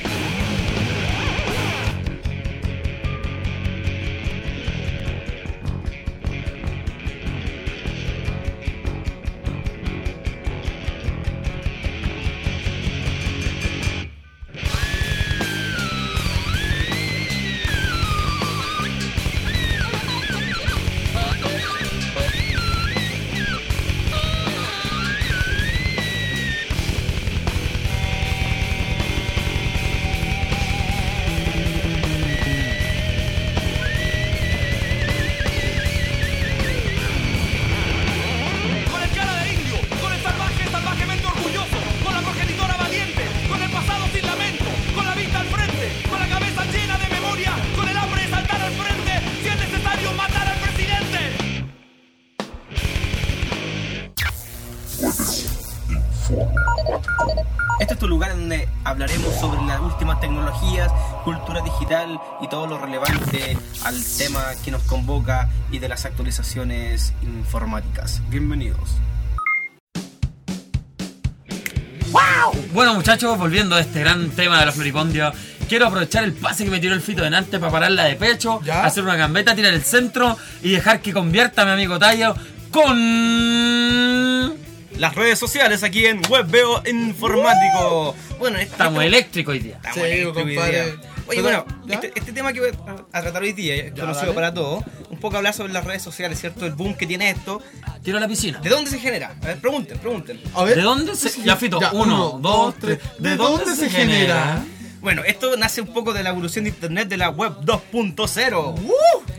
[SPEAKER 5] Con el cara de indio, con el salvaje salvajemente orgulloso, con la progenitora valiente, con el pasado sin lamento, con la vista al frente, con la cabeza llena de memoria, con el hambre de saltar al frente, si es necesario matar al presidente.
[SPEAKER 2] Este es tu lugar donde hablaremos sobre las últimas tecnologías, cultura digital y todo lo relevante al tema que nos convoca y de las actualizaciones informáticas. Bienvenidos.
[SPEAKER 1] Bueno muchachos, volviendo a este gran tema de la floripondia, quiero aprovechar el pase que me tiró el fito delante para pararla de pecho,
[SPEAKER 3] ¿Ya?
[SPEAKER 1] hacer una gambeta, tirar el centro y dejar que convierta a mi amigo Tallo con...
[SPEAKER 2] Las redes sociales aquí en Webveo Informático. Bueno, esta-
[SPEAKER 1] Estamos eléctricos hoy día.
[SPEAKER 2] Está
[SPEAKER 3] Sí,
[SPEAKER 2] buena esta
[SPEAKER 3] compadre.
[SPEAKER 2] idea. Oye,
[SPEAKER 3] Pero,
[SPEAKER 2] bueno,
[SPEAKER 3] ¿ya?
[SPEAKER 2] este, este tema que voy a a tratar hoy día, es conocido
[SPEAKER 3] dale.
[SPEAKER 2] para todos, un poco hablar sobre las redes sociales, ¿cierto? El boom que tiene esto.
[SPEAKER 1] Tiro a la piscina.
[SPEAKER 2] ¿De dónde se genera? A ver, pregunten, pregunten.
[SPEAKER 3] A ver.
[SPEAKER 1] ¿De dónde se...? Ya fito, uno, dos, tres.
[SPEAKER 3] ¿De dónde se genera?
[SPEAKER 2] Bueno, esto nace un poco de la evolución de Internet de la web 2.0.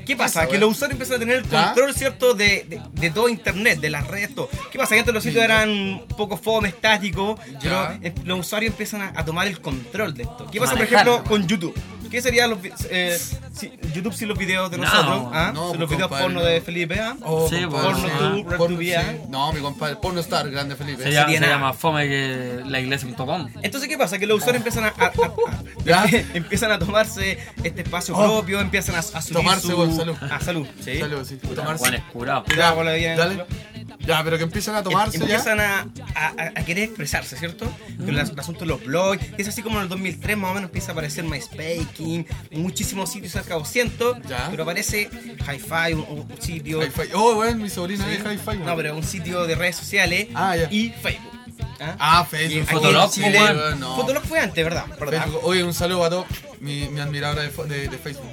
[SPEAKER 2] ¿Qué pasa?
[SPEAKER 3] Uh, Esa ¿Ah?
[SPEAKER 2] Que
[SPEAKER 3] wea.
[SPEAKER 2] los usuarios empezaron a tener el
[SPEAKER 3] ¿Ya?
[SPEAKER 2] control, ¿cierto? De, de, de todo Internet, de las redes, todo. ¿Qué pasa? Que antes los sitios eran un poco fome, estáticos, pero
[SPEAKER 3] Ya.
[SPEAKER 2] eh, los usuarios empiezan a, a tomar el control de esto. ¿Qué
[SPEAKER 1] A
[SPEAKER 2] pasa, por
[SPEAKER 1] manejarlo.
[SPEAKER 2] ejemplo, con YouTube? ¿Qué sería los, vi- eh, si- YouTube sin los videos de
[SPEAKER 1] No,
[SPEAKER 2] nosotros? ¿ah?
[SPEAKER 3] no,
[SPEAKER 2] Sin
[SPEAKER 3] pues,
[SPEAKER 2] los videos
[SPEAKER 3] compadre,
[SPEAKER 2] porno
[SPEAKER 3] no.
[SPEAKER 2] de Felipe, ¿ah?
[SPEAKER 3] Oh,
[SPEAKER 1] Sí,
[SPEAKER 3] compadre,
[SPEAKER 1] porno
[SPEAKER 3] sí.
[SPEAKER 2] tú, Red
[SPEAKER 3] Porno,
[SPEAKER 2] to be,
[SPEAKER 3] sí. No, mi compadre, porno star, grande Felipe.
[SPEAKER 1] Se llama,
[SPEAKER 2] tiene
[SPEAKER 1] se
[SPEAKER 2] nada.
[SPEAKER 1] llama fome que la iglesia.com.
[SPEAKER 2] Entonces, ¿qué pasa? Que los usuarios empiezan a, a- a-
[SPEAKER 3] ¿Ya?
[SPEAKER 2] empiezan a tomarse este espacio
[SPEAKER 3] Oh.
[SPEAKER 2] propio, empiezan a, a subir
[SPEAKER 3] Tomarse,
[SPEAKER 2] su-
[SPEAKER 3] bueno, salud.
[SPEAKER 2] A salud, sí.
[SPEAKER 3] Dale, sí. Tomarse.
[SPEAKER 1] Juan es curado.
[SPEAKER 2] Ya, bueno, ya,
[SPEAKER 3] Dale. Ya, pero que empiezan a
[SPEAKER 2] Em-
[SPEAKER 3] tomarse ya.
[SPEAKER 2] Empiezan a, a, a- a querer expresarse, ¿cierto? Con las- el asunto de los blogs. Es así como en el 2003 más o menos empieza a aparecer MySpace, King, muchísimos sitios cerca de 200,
[SPEAKER 3] Ya.
[SPEAKER 2] pero aparece Hi-Fi, un, un sitio...
[SPEAKER 3] Hi-Fi. Oh, weón, mi sobrina es
[SPEAKER 2] Sí.
[SPEAKER 3] hi-fi. weón.
[SPEAKER 2] No, pero un sitio de redes sociales
[SPEAKER 3] Ah, ya.
[SPEAKER 2] y Facebook. ¿Ah?
[SPEAKER 3] Ah,
[SPEAKER 2] Y
[SPEAKER 3] Facebook.
[SPEAKER 2] aquí
[SPEAKER 1] Fotolog,
[SPEAKER 2] en Chile-
[SPEAKER 1] pues,
[SPEAKER 3] weón, no.
[SPEAKER 2] Fotolog fue antes, ¿verdad? ¿Verdad?
[SPEAKER 3] Facebook. Oye, un saludo a todos. Mi, mi admiradora de, fo- de- de Facebook.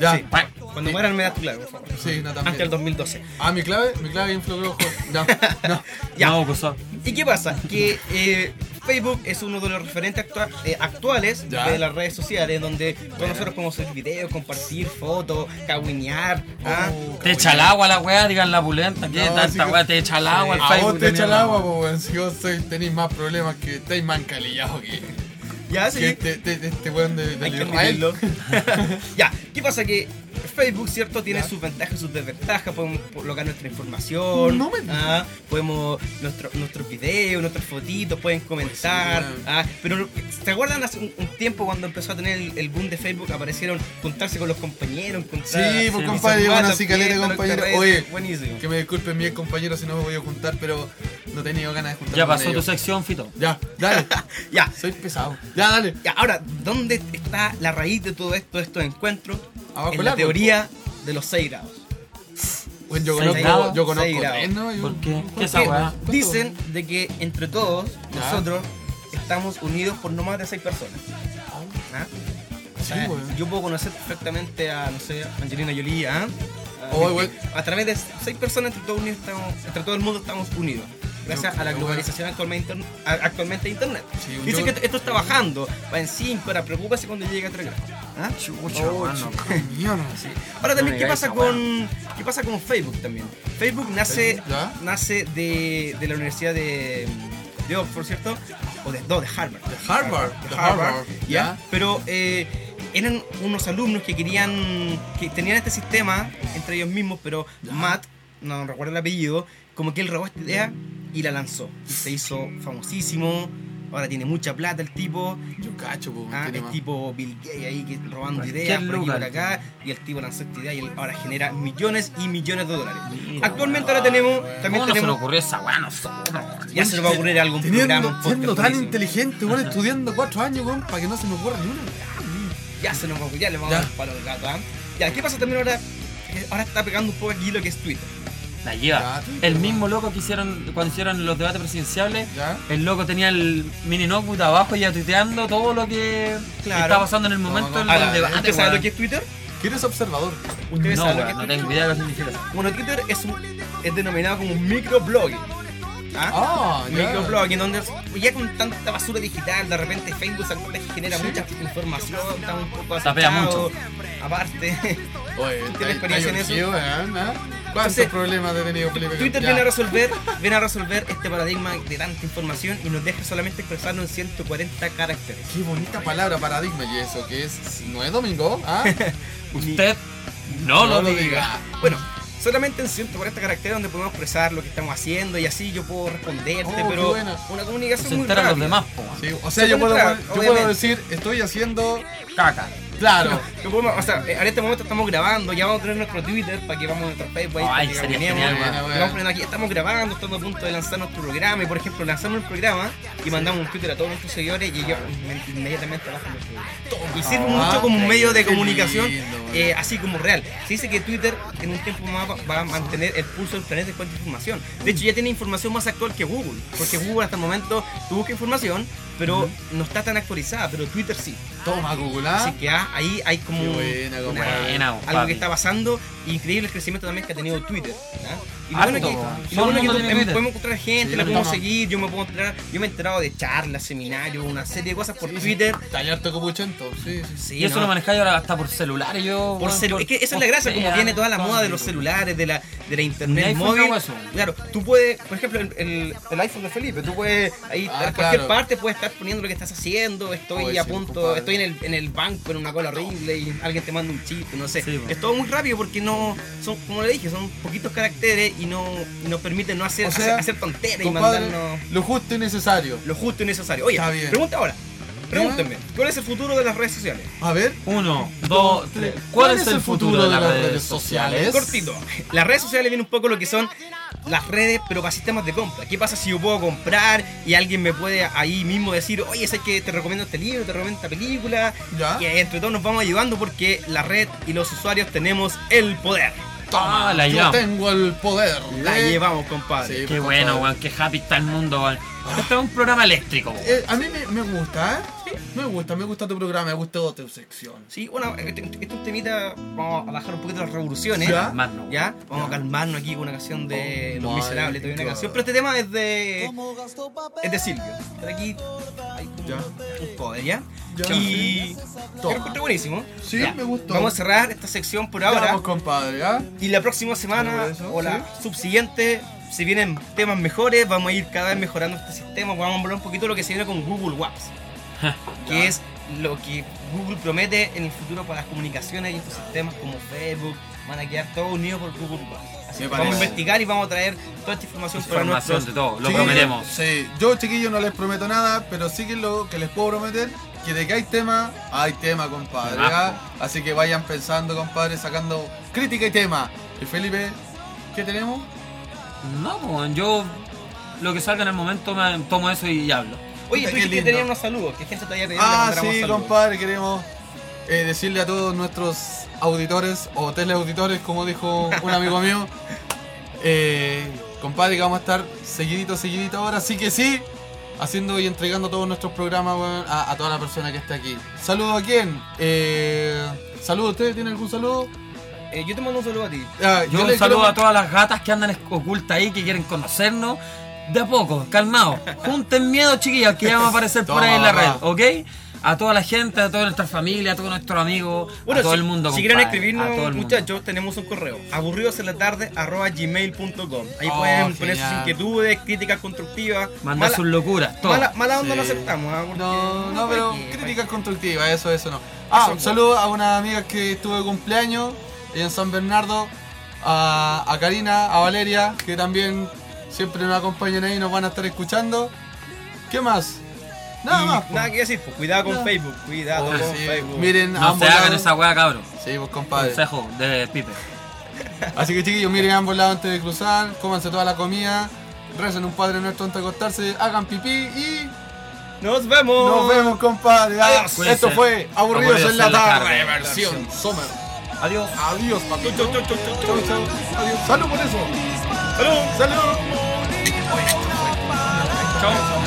[SPEAKER 3] Ya.
[SPEAKER 2] Sí. Cuando mueran me das tu clave, por favor.
[SPEAKER 3] Sí, no, también.
[SPEAKER 2] Antes del 2012.
[SPEAKER 3] Ah, mi clave, mi clave influyó. No, no.
[SPEAKER 2] Ya.
[SPEAKER 1] No, pues, ah,
[SPEAKER 2] ¿Y qué pasa? Que eh, Facebook es uno de los referentes actua- eh, actuales
[SPEAKER 3] Ya.
[SPEAKER 2] de las redes sociales, donde todos nosotros podemos hacer videos, compartir fotos, caguinear. ¿ah?
[SPEAKER 3] Oh,
[SPEAKER 1] Te echa el agua la weá, digan la pulenta, que
[SPEAKER 3] No, sí
[SPEAKER 1] tanta
[SPEAKER 3] que-
[SPEAKER 1] weá, te echa el agua el
[SPEAKER 3] A
[SPEAKER 1] Facebook
[SPEAKER 3] vos te echa el
[SPEAKER 1] tenía la-
[SPEAKER 3] agua, po, weón. Si vos sois- tenéis más problemas que estáis mancalillados que,
[SPEAKER 2] ya, sí.
[SPEAKER 3] que este, este, este weón de, de
[SPEAKER 2] Hay que
[SPEAKER 3] Israel.
[SPEAKER 2] admitirlo. ya, ¿qué pasa? Que Facebook, ¿cierto? Tiene sus ventajas y sus desventajas. Podemos colocar nuestra información.
[SPEAKER 3] No me digas.
[SPEAKER 2] ah, Podemos nuestro- nuestros videos, nuestras fotitos, pueden comentar.
[SPEAKER 3] Pues sí,
[SPEAKER 2] ah, pero ¿se acuerdan hace un, un tiempo cuando empezó a tener el, el boom de Facebook? Aparecieron juntarse con los compañeros. encontrar-
[SPEAKER 3] Sí, pues
[SPEAKER 1] Sí,
[SPEAKER 3] compadre,
[SPEAKER 2] Zapatos,
[SPEAKER 3] bueno, así caleta,
[SPEAKER 2] fiestas,
[SPEAKER 3] compañero.
[SPEAKER 2] carretes,
[SPEAKER 3] Oye,
[SPEAKER 2] buenísimo.
[SPEAKER 3] que me disculpen mis compañeros si no me voy a juntar, pero no he tenido ganas de juntarme
[SPEAKER 1] Ya
[SPEAKER 3] con
[SPEAKER 1] pasó tu
[SPEAKER 3] ellos.
[SPEAKER 1] sección, Fito.
[SPEAKER 3] Ya, dale.
[SPEAKER 2] Ya,
[SPEAKER 3] Soy pesado. Ya, dale.
[SPEAKER 2] Ya, ahora, ¿dónde está la raíz de todo esto, de estos encuentros?
[SPEAKER 3] Abajo
[SPEAKER 2] en
[SPEAKER 3] el
[SPEAKER 2] la
[SPEAKER 3] árbol,
[SPEAKER 2] teoría de los 6 grados.
[SPEAKER 3] Bueno, yo
[SPEAKER 1] Seis
[SPEAKER 3] conozco,
[SPEAKER 1] grados.
[SPEAKER 3] yo conozco
[SPEAKER 2] Seis grados.
[SPEAKER 3] tres, ¿no? Yo-
[SPEAKER 1] ¿Por qué? ¿Qué
[SPEAKER 2] Porque
[SPEAKER 1] esa weá?
[SPEAKER 2] Dicen de que entre todos,
[SPEAKER 3] Ya.
[SPEAKER 2] nosotros, estamos unidos por no más de 6 personas. ¿Ah? O
[SPEAKER 3] Sí,
[SPEAKER 2] sea,
[SPEAKER 3] weón.
[SPEAKER 2] yo puedo conocer perfectamente a, no sé, Angelina Jolie, ¿ah? A-
[SPEAKER 3] Oh,
[SPEAKER 2] que-
[SPEAKER 3] weón.
[SPEAKER 2] a través de 6 personas, entre, todos unidos estamos, entre todo el mundo estamos unidos. Gracias a la globalización actualmente, intern- a- actualmente de Internet.
[SPEAKER 3] Sí, weón,
[SPEAKER 2] Dicen
[SPEAKER 3] yo-
[SPEAKER 2] que esto está bajando, va en 5, ahora preocúpese cuando llegue a 3 grados. ¿ah?
[SPEAKER 3] Oh, chico, mierda.
[SPEAKER 2] Ahora también,
[SPEAKER 1] No
[SPEAKER 2] ¿qué
[SPEAKER 1] me digáis
[SPEAKER 2] pasa,
[SPEAKER 1] esa
[SPEAKER 2] con, ¿qué pasa con Facebook también? Facebook nace,
[SPEAKER 3] Facebook, ¿ya?
[SPEAKER 2] nace de, de la Universidad de, de Oxford, ¿cierto? O de, no, de Harvard. De
[SPEAKER 3] Harvard,
[SPEAKER 2] De
[SPEAKER 3] de
[SPEAKER 2] Harvard,
[SPEAKER 3] Harvard,
[SPEAKER 2] ¿ya?
[SPEAKER 3] ¿ya?
[SPEAKER 2] Pero eh, eran unos alumnos que querían, que tenían este sistema entre ellos mismos, pero Matt, no recuerdo el apellido, como que él robó esta idea y la lanzó. Y se hizo famosísimo, ahora tiene mucha plata el tipo,
[SPEAKER 3] Yo cacho, po,
[SPEAKER 2] Ah,
[SPEAKER 3] tiene
[SPEAKER 2] el
[SPEAKER 3] más.
[SPEAKER 2] tipo Bill Gates ahí que robando
[SPEAKER 1] Cualquier
[SPEAKER 2] ideas por aquí
[SPEAKER 1] lugar.
[SPEAKER 2] por acá y el tipo lanzó esta idea y él ahora genera millones y millones de dólares. Actualmente ahora tenemos también
[SPEAKER 1] ¿Cómo no se le
[SPEAKER 2] tenemos
[SPEAKER 1] ocurrió esa weá a nosotros?
[SPEAKER 2] ya se nos va a ocurrir algún programa, un
[SPEAKER 3] Teniendo,
[SPEAKER 2] podcast
[SPEAKER 3] siendo tan
[SPEAKER 2] buenísimo.
[SPEAKER 3] inteligente, weón, estudiando cuatro años, weón, para que no se me ocurra ni una.
[SPEAKER 2] Ya se nos va a ocurrir, ya le vamos
[SPEAKER 3] Ya.
[SPEAKER 2] a dar palo al gato. ¿ah? Ya, ¿qué pasa también ahora? Eh, Ahora está pegando un poco aquí lo que es Twitter.
[SPEAKER 1] La lleva.
[SPEAKER 3] Ya, sí,
[SPEAKER 1] El
[SPEAKER 3] pero-
[SPEAKER 1] mismo loco que hicieron cuando hicieron los debates presidenciales.
[SPEAKER 3] Ya.
[SPEAKER 1] El loco tenía el mini notebook abajo ya tuiteando todo lo que
[SPEAKER 2] Claro.
[SPEAKER 1] está pasando en el momento
[SPEAKER 3] no.
[SPEAKER 1] del
[SPEAKER 2] Ahora,
[SPEAKER 1] debate.
[SPEAKER 2] ¿Usted sabe
[SPEAKER 1] weón.
[SPEAKER 2] lo que es Twitter?
[SPEAKER 3] ¿Quién es observador?
[SPEAKER 2] ¿Ustedes
[SPEAKER 1] No,
[SPEAKER 2] saben lo
[SPEAKER 1] weón,
[SPEAKER 2] que es
[SPEAKER 1] no
[SPEAKER 2] Twitter?
[SPEAKER 1] tengo idea de lo que significa eso.
[SPEAKER 2] Bueno, Twitter es, un, es denominado como un microblogging. ¿Ah?
[SPEAKER 3] Ah, ya.
[SPEAKER 2] microblogging, donde ya con tanta basura digital, de repente Facebook se acuerda que genera mucha información, está un poco
[SPEAKER 1] Tapea
[SPEAKER 2] asustado,
[SPEAKER 1] mucho.
[SPEAKER 2] Aparte,
[SPEAKER 3] Oye, está-
[SPEAKER 2] ¿Tienes experiencia en
[SPEAKER 3] está
[SPEAKER 2] eso?
[SPEAKER 3] urgido, weón, ¿ah? ¿Cuántos
[SPEAKER 2] Entonces,
[SPEAKER 3] problemas he tenido, Felipe?
[SPEAKER 2] Twitter
[SPEAKER 3] Ya.
[SPEAKER 2] viene a resolver, viene a resolver este paradigma de tanta información y nos deja solamente expresarnos en 140 caracteres.
[SPEAKER 3] Qué bonita palabra, paradigma, y eso, que es... ¿No es domingo? ¿Ah?
[SPEAKER 2] Pues
[SPEAKER 1] Usted no, lo, diga.
[SPEAKER 2] Bueno, solamente en 140 caracteres donde podemos expresar lo que estamos haciendo y así yo puedo responderte,
[SPEAKER 3] Oh, qué
[SPEAKER 2] pero
[SPEAKER 3] buena.
[SPEAKER 2] una comunicación
[SPEAKER 1] Se
[SPEAKER 2] muy
[SPEAKER 1] enteran
[SPEAKER 2] rápida.
[SPEAKER 1] los demás, po, weón.
[SPEAKER 3] Sí, o sea, yo puedo,
[SPEAKER 2] Entrar,
[SPEAKER 3] yo puedo
[SPEAKER 2] obviamente.
[SPEAKER 3] decir, estoy haciendo...
[SPEAKER 1] Caca.
[SPEAKER 3] Claro.
[SPEAKER 2] No podemos- o sea, eh, en este momento estamos grabando, ya vamos a tener nuestro Twitter para que vamos a nuestro Facebook ahí,
[SPEAKER 1] Ay,
[SPEAKER 2] para que
[SPEAKER 1] sería
[SPEAKER 2] caminemos.
[SPEAKER 1] genial,
[SPEAKER 3] weón.
[SPEAKER 2] Lo vamos poniendo aquí, estamos grabando, estamos a punto de lanzar nuestro programa y por ejemplo lanzamos el programa y mandamos un Twitter a todos nuestros seguidores y ellos inme- inmediatamente bajan nuestro Twitter. Y sirve
[SPEAKER 3] Ah,
[SPEAKER 2] mucho como un medio de
[SPEAKER 3] qué
[SPEAKER 2] comunicación
[SPEAKER 3] lindo, weón.
[SPEAKER 2] eh, así como real. Se dice que Twitter en un tiempo más va- va a mantener el pulso del planeta en cuanto a información. De hecho ya tiene información más actual que Google, porque Google hasta el momento tú buscas información, pero no está tan actualizada, pero Twitter sí.
[SPEAKER 3] Toma, Google, ¿ah?
[SPEAKER 2] Así que ah, ahí hay como
[SPEAKER 3] Qué
[SPEAKER 2] un-
[SPEAKER 3] buena,
[SPEAKER 2] una-
[SPEAKER 3] compadre.
[SPEAKER 1] Buena,
[SPEAKER 2] algo
[SPEAKER 1] compadre.
[SPEAKER 2] que está pasando. Increíble el crecimiento también que ha tenido Twitter. ¿ah? Y lo
[SPEAKER 1] Harto,
[SPEAKER 2] bueno
[SPEAKER 1] compadre.
[SPEAKER 2] que, y lo
[SPEAKER 1] Todo el
[SPEAKER 2] bueno que
[SPEAKER 1] mundo
[SPEAKER 2] tú-
[SPEAKER 1] tiene
[SPEAKER 2] em-
[SPEAKER 1] Twitter.
[SPEAKER 2] podemos encontrar gente,
[SPEAKER 3] Sí,
[SPEAKER 2] la podemos
[SPEAKER 3] toma.
[SPEAKER 2] seguir. Yo me puedo encontrar, yo me he enterado de charlas, seminarios, una serie de cosas por Twitter.
[SPEAKER 3] Tallar tocopuchento, sí, sí.
[SPEAKER 2] Sí,
[SPEAKER 1] Y eso
[SPEAKER 2] ¿no?
[SPEAKER 1] lo manejáis ahora hasta por celular. y Yo,
[SPEAKER 2] Por
[SPEAKER 1] weón,
[SPEAKER 2] celu-
[SPEAKER 1] por-
[SPEAKER 2] es que esa es la gracia, como
[SPEAKER 1] postea,
[SPEAKER 2] viene toda la moda de los
[SPEAKER 1] todo.
[SPEAKER 2] celulares, de la, de la
[SPEAKER 1] Mi
[SPEAKER 2] internet
[SPEAKER 1] iPhone
[SPEAKER 2] móvil.
[SPEAKER 1] cago eso.
[SPEAKER 2] Claro, tú puedes, por ejemplo, el, el- el iPhone de Felipe, tú puedes ahí
[SPEAKER 3] Ah,
[SPEAKER 2] en cualquier
[SPEAKER 3] claro.
[SPEAKER 2] parte puedes estar poniendo lo que estás haciendo, estoy
[SPEAKER 3] Oye,
[SPEAKER 2] a
[SPEAKER 3] sí,
[SPEAKER 2] punto,
[SPEAKER 3] compadre.
[SPEAKER 2] estoy en el, en el banco en una cola horrible y alguien te manda un chip, no sé.
[SPEAKER 1] Sí, po.
[SPEAKER 2] es todo muy rápido porque no son, como le dije, son poquitos caracteres y no y nos permiten no hacer,
[SPEAKER 3] O sea,
[SPEAKER 2] hacer, hacer tonteras y
[SPEAKER 3] Compadre,
[SPEAKER 2] mandarnos
[SPEAKER 3] lo justo y necesario.
[SPEAKER 2] lo justo y necesario. Oye,
[SPEAKER 3] Está bien.
[SPEAKER 2] pregunta ahora. Pregúntenme, ¿cuál es el futuro de las redes sociales?
[SPEAKER 3] A ver.
[SPEAKER 1] Uno, dos, tres. ¿Cuál es el futuro de las redes sociales?
[SPEAKER 2] Cortito. Las redes sociales vienen un poco lo que son las redes, pero para sistemas de compra. ¿Qué pasa si yo puedo comprar y alguien me puede ahí mismo decir, oye, sé que te recomiendo este libro, te recomiendo esta película?
[SPEAKER 3] Ya.
[SPEAKER 2] Y entre todos nos vamos ayudando porque la red y los usuarios tenemos el poder.
[SPEAKER 1] Toma, la
[SPEAKER 3] yo
[SPEAKER 1] llamo.
[SPEAKER 3] tengo el poder.
[SPEAKER 2] La
[SPEAKER 3] de-
[SPEAKER 2] llevamos, compadre.
[SPEAKER 3] Sí,
[SPEAKER 1] Qué
[SPEAKER 3] por
[SPEAKER 1] bueno,
[SPEAKER 3] favor.
[SPEAKER 1] weón. Qué happy está el mundo, weón.
[SPEAKER 2] Ah.
[SPEAKER 1] Este es un programa eléctrico, weón.
[SPEAKER 3] Eh, a mí me, me gusta, ¿eh? Me gusta, me gusta tu programa, me gusta tu sección.
[SPEAKER 2] Sí, bueno, este, este es un temita, vamos a bajar un poquito las revoluciones.
[SPEAKER 3] Ya.
[SPEAKER 1] Más no.
[SPEAKER 2] ¿Ya? Vamos a calmarnos aquí con una canción de
[SPEAKER 3] Oh
[SPEAKER 2] Los
[SPEAKER 3] my
[SPEAKER 2] Miserables, todavía una
[SPEAKER 3] God.
[SPEAKER 2] canción, pero este tema es de... Es de Silvio. Pero aquí hay un-
[SPEAKER 3] Ya.
[SPEAKER 2] un poder, ¿ya?
[SPEAKER 3] Ya.
[SPEAKER 2] Y... Yo lo
[SPEAKER 3] Toma.
[SPEAKER 2] encontré buenísimo.
[SPEAKER 3] Sí, me gustó.
[SPEAKER 2] Vamos a cerrar esta sección por
[SPEAKER 3] Vamos,
[SPEAKER 2] ahora
[SPEAKER 3] compadre, ¿ah?
[SPEAKER 2] y la próxima semana
[SPEAKER 3] Eso,
[SPEAKER 2] o la subsiguiente, si vienen temas mejores, vamos a ir cada vez mejorando este sistema, vamos a hablar un poquito de lo que se viene con Google Maps, que es lo que Google promete en el futuro para las comunicaciones y estos sistemas como Facebook, van a quedar todos unidos por Google Maps. Así
[SPEAKER 3] Me
[SPEAKER 2] que vamos a
[SPEAKER 3] parece.
[SPEAKER 2] investigar y vamos a traer toda esta información para
[SPEAKER 1] Información
[SPEAKER 2] nuestros...
[SPEAKER 1] de todo, lo
[SPEAKER 3] Sí,
[SPEAKER 1] prometemos.
[SPEAKER 3] Sí, yo chiquillo no les prometo nada, pero sí que lo que les puedo prometer, que de que hay tema, hay tema, compadre. ¿ah? Así que vayan pensando, compadre, sacando crítica y tema. Y Felipe, ¿qué tenemos?
[SPEAKER 1] No, pues, weón, yo lo que salga en el momento me tomo eso y hablo.
[SPEAKER 2] Oye,
[SPEAKER 3] Puta, qué
[SPEAKER 2] tú dijiste que
[SPEAKER 3] lindo.
[SPEAKER 2] tenías unos saludos, que gente te había pedido que
[SPEAKER 3] ah,
[SPEAKER 2] mandáramos
[SPEAKER 3] sí,
[SPEAKER 2] saludos.
[SPEAKER 3] compadre, queremos eh, decirle a todos nuestros auditores o teleauditores, como dijo un amigo mío, eh, compadre, que vamos a estar seguidito, seguidito ahora, sí que sí, haciendo y entregando todos nuestros programas weón, a, a toda la persona que está aquí. ¿Saludo a quién? Eh, ¿Saludo a ustedes? ¿Tienen algún saludo?
[SPEAKER 2] Eh, yo te mando un saludo a ti.
[SPEAKER 3] Ah,
[SPEAKER 1] Yo un
[SPEAKER 3] les
[SPEAKER 1] saludo
[SPEAKER 3] quiero-
[SPEAKER 1] a todas las gatas que andan esc- ocultas ahí, que quieren conocernos. De a poco, calmados. Junten miedo, chiquillos, que ya vamos a aparecer por
[SPEAKER 3] Toma,
[SPEAKER 1] ahí en la red,
[SPEAKER 3] papá.
[SPEAKER 1] ¿ok? A toda la gente, a toda nuestra familia, a todos nuestros amigos, a todo
[SPEAKER 2] si,
[SPEAKER 1] el mundo.
[SPEAKER 2] si quieren
[SPEAKER 1] compadre, a todo
[SPEAKER 2] escribirnos,
[SPEAKER 1] el mundo.
[SPEAKER 2] muchachos, tenemos un correo. Aburridos en la tarde, arroba gmail.com. Ahí
[SPEAKER 3] Oh,
[SPEAKER 2] pueden poner sus
[SPEAKER 3] genial.
[SPEAKER 2] inquietudes, críticas constructivas.
[SPEAKER 1] Mandar
[SPEAKER 2] mala-
[SPEAKER 1] sus locuras, todo.
[SPEAKER 2] Mala, mala onda
[SPEAKER 3] Sí.
[SPEAKER 2] no aceptamos. ¿ah? Porque-
[SPEAKER 3] No, no, pero
[SPEAKER 2] ¿para qué?
[SPEAKER 3] críticas constructivas, eso, eso no. Ah, un saludo a una amiga que estuvo de cumpleaños en San Bernardo, a, a Karina, a Valeria, que también siempre nos acompañan ahí y nos van a estar escuchando. ¿Qué más? Nada
[SPEAKER 2] Y
[SPEAKER 3] más. po.
[SPEAKER 2] Nada que decir, pues cuidado con
[SPEAKER 3] No.
[SPEAKER 2] Facebook. Cuidado
[SPEAKER 3] Oh,
[SPEAKER 2] con
[SPEAKER 3] sí,
[SPEAKER 2] Facebook.
[SPEAKER 3] Miren, a
[SPEAKER 1] No se
[SPEAKER 3] ambos
[SPEAKER 1] hagan
[SPEAKER 3] lados.
[SPEAKER 1] esa weá, cabrón.
[SPEAKER 3] Sí, pues compadre.
[SPEAKER 1] Consejo de Pipe.
[SPEAKER 3] Así que chiquillos, miren a ambos lados antes de cruzar, cómanse toda la comida, recen un padre nuestro antes de acostarse, hagan pipí y
[SPEAKER 2] Nos vemos.
[SPEAKER 3] nos vemos, compadre. Ah,
[SPEAKER 2] Adiós.
[SPEAKER 3] Esto fue Aburridos en la Tarde, versión Summer.
[SPEAKER 1] Adiós.
[SPEAKER 3] Adiós, papito.
[SPEAKER 2] Chau, chau, chau, chau,
[SPEAKER 3] Chau,
[SPEAKER 2] chau.
[SPEAKER 3] chau. Adiós. Salud por eso.
[SPEAKER 2] Salud.
[SPEAKER 3] Salud.
[SPEAKER 2] Chau.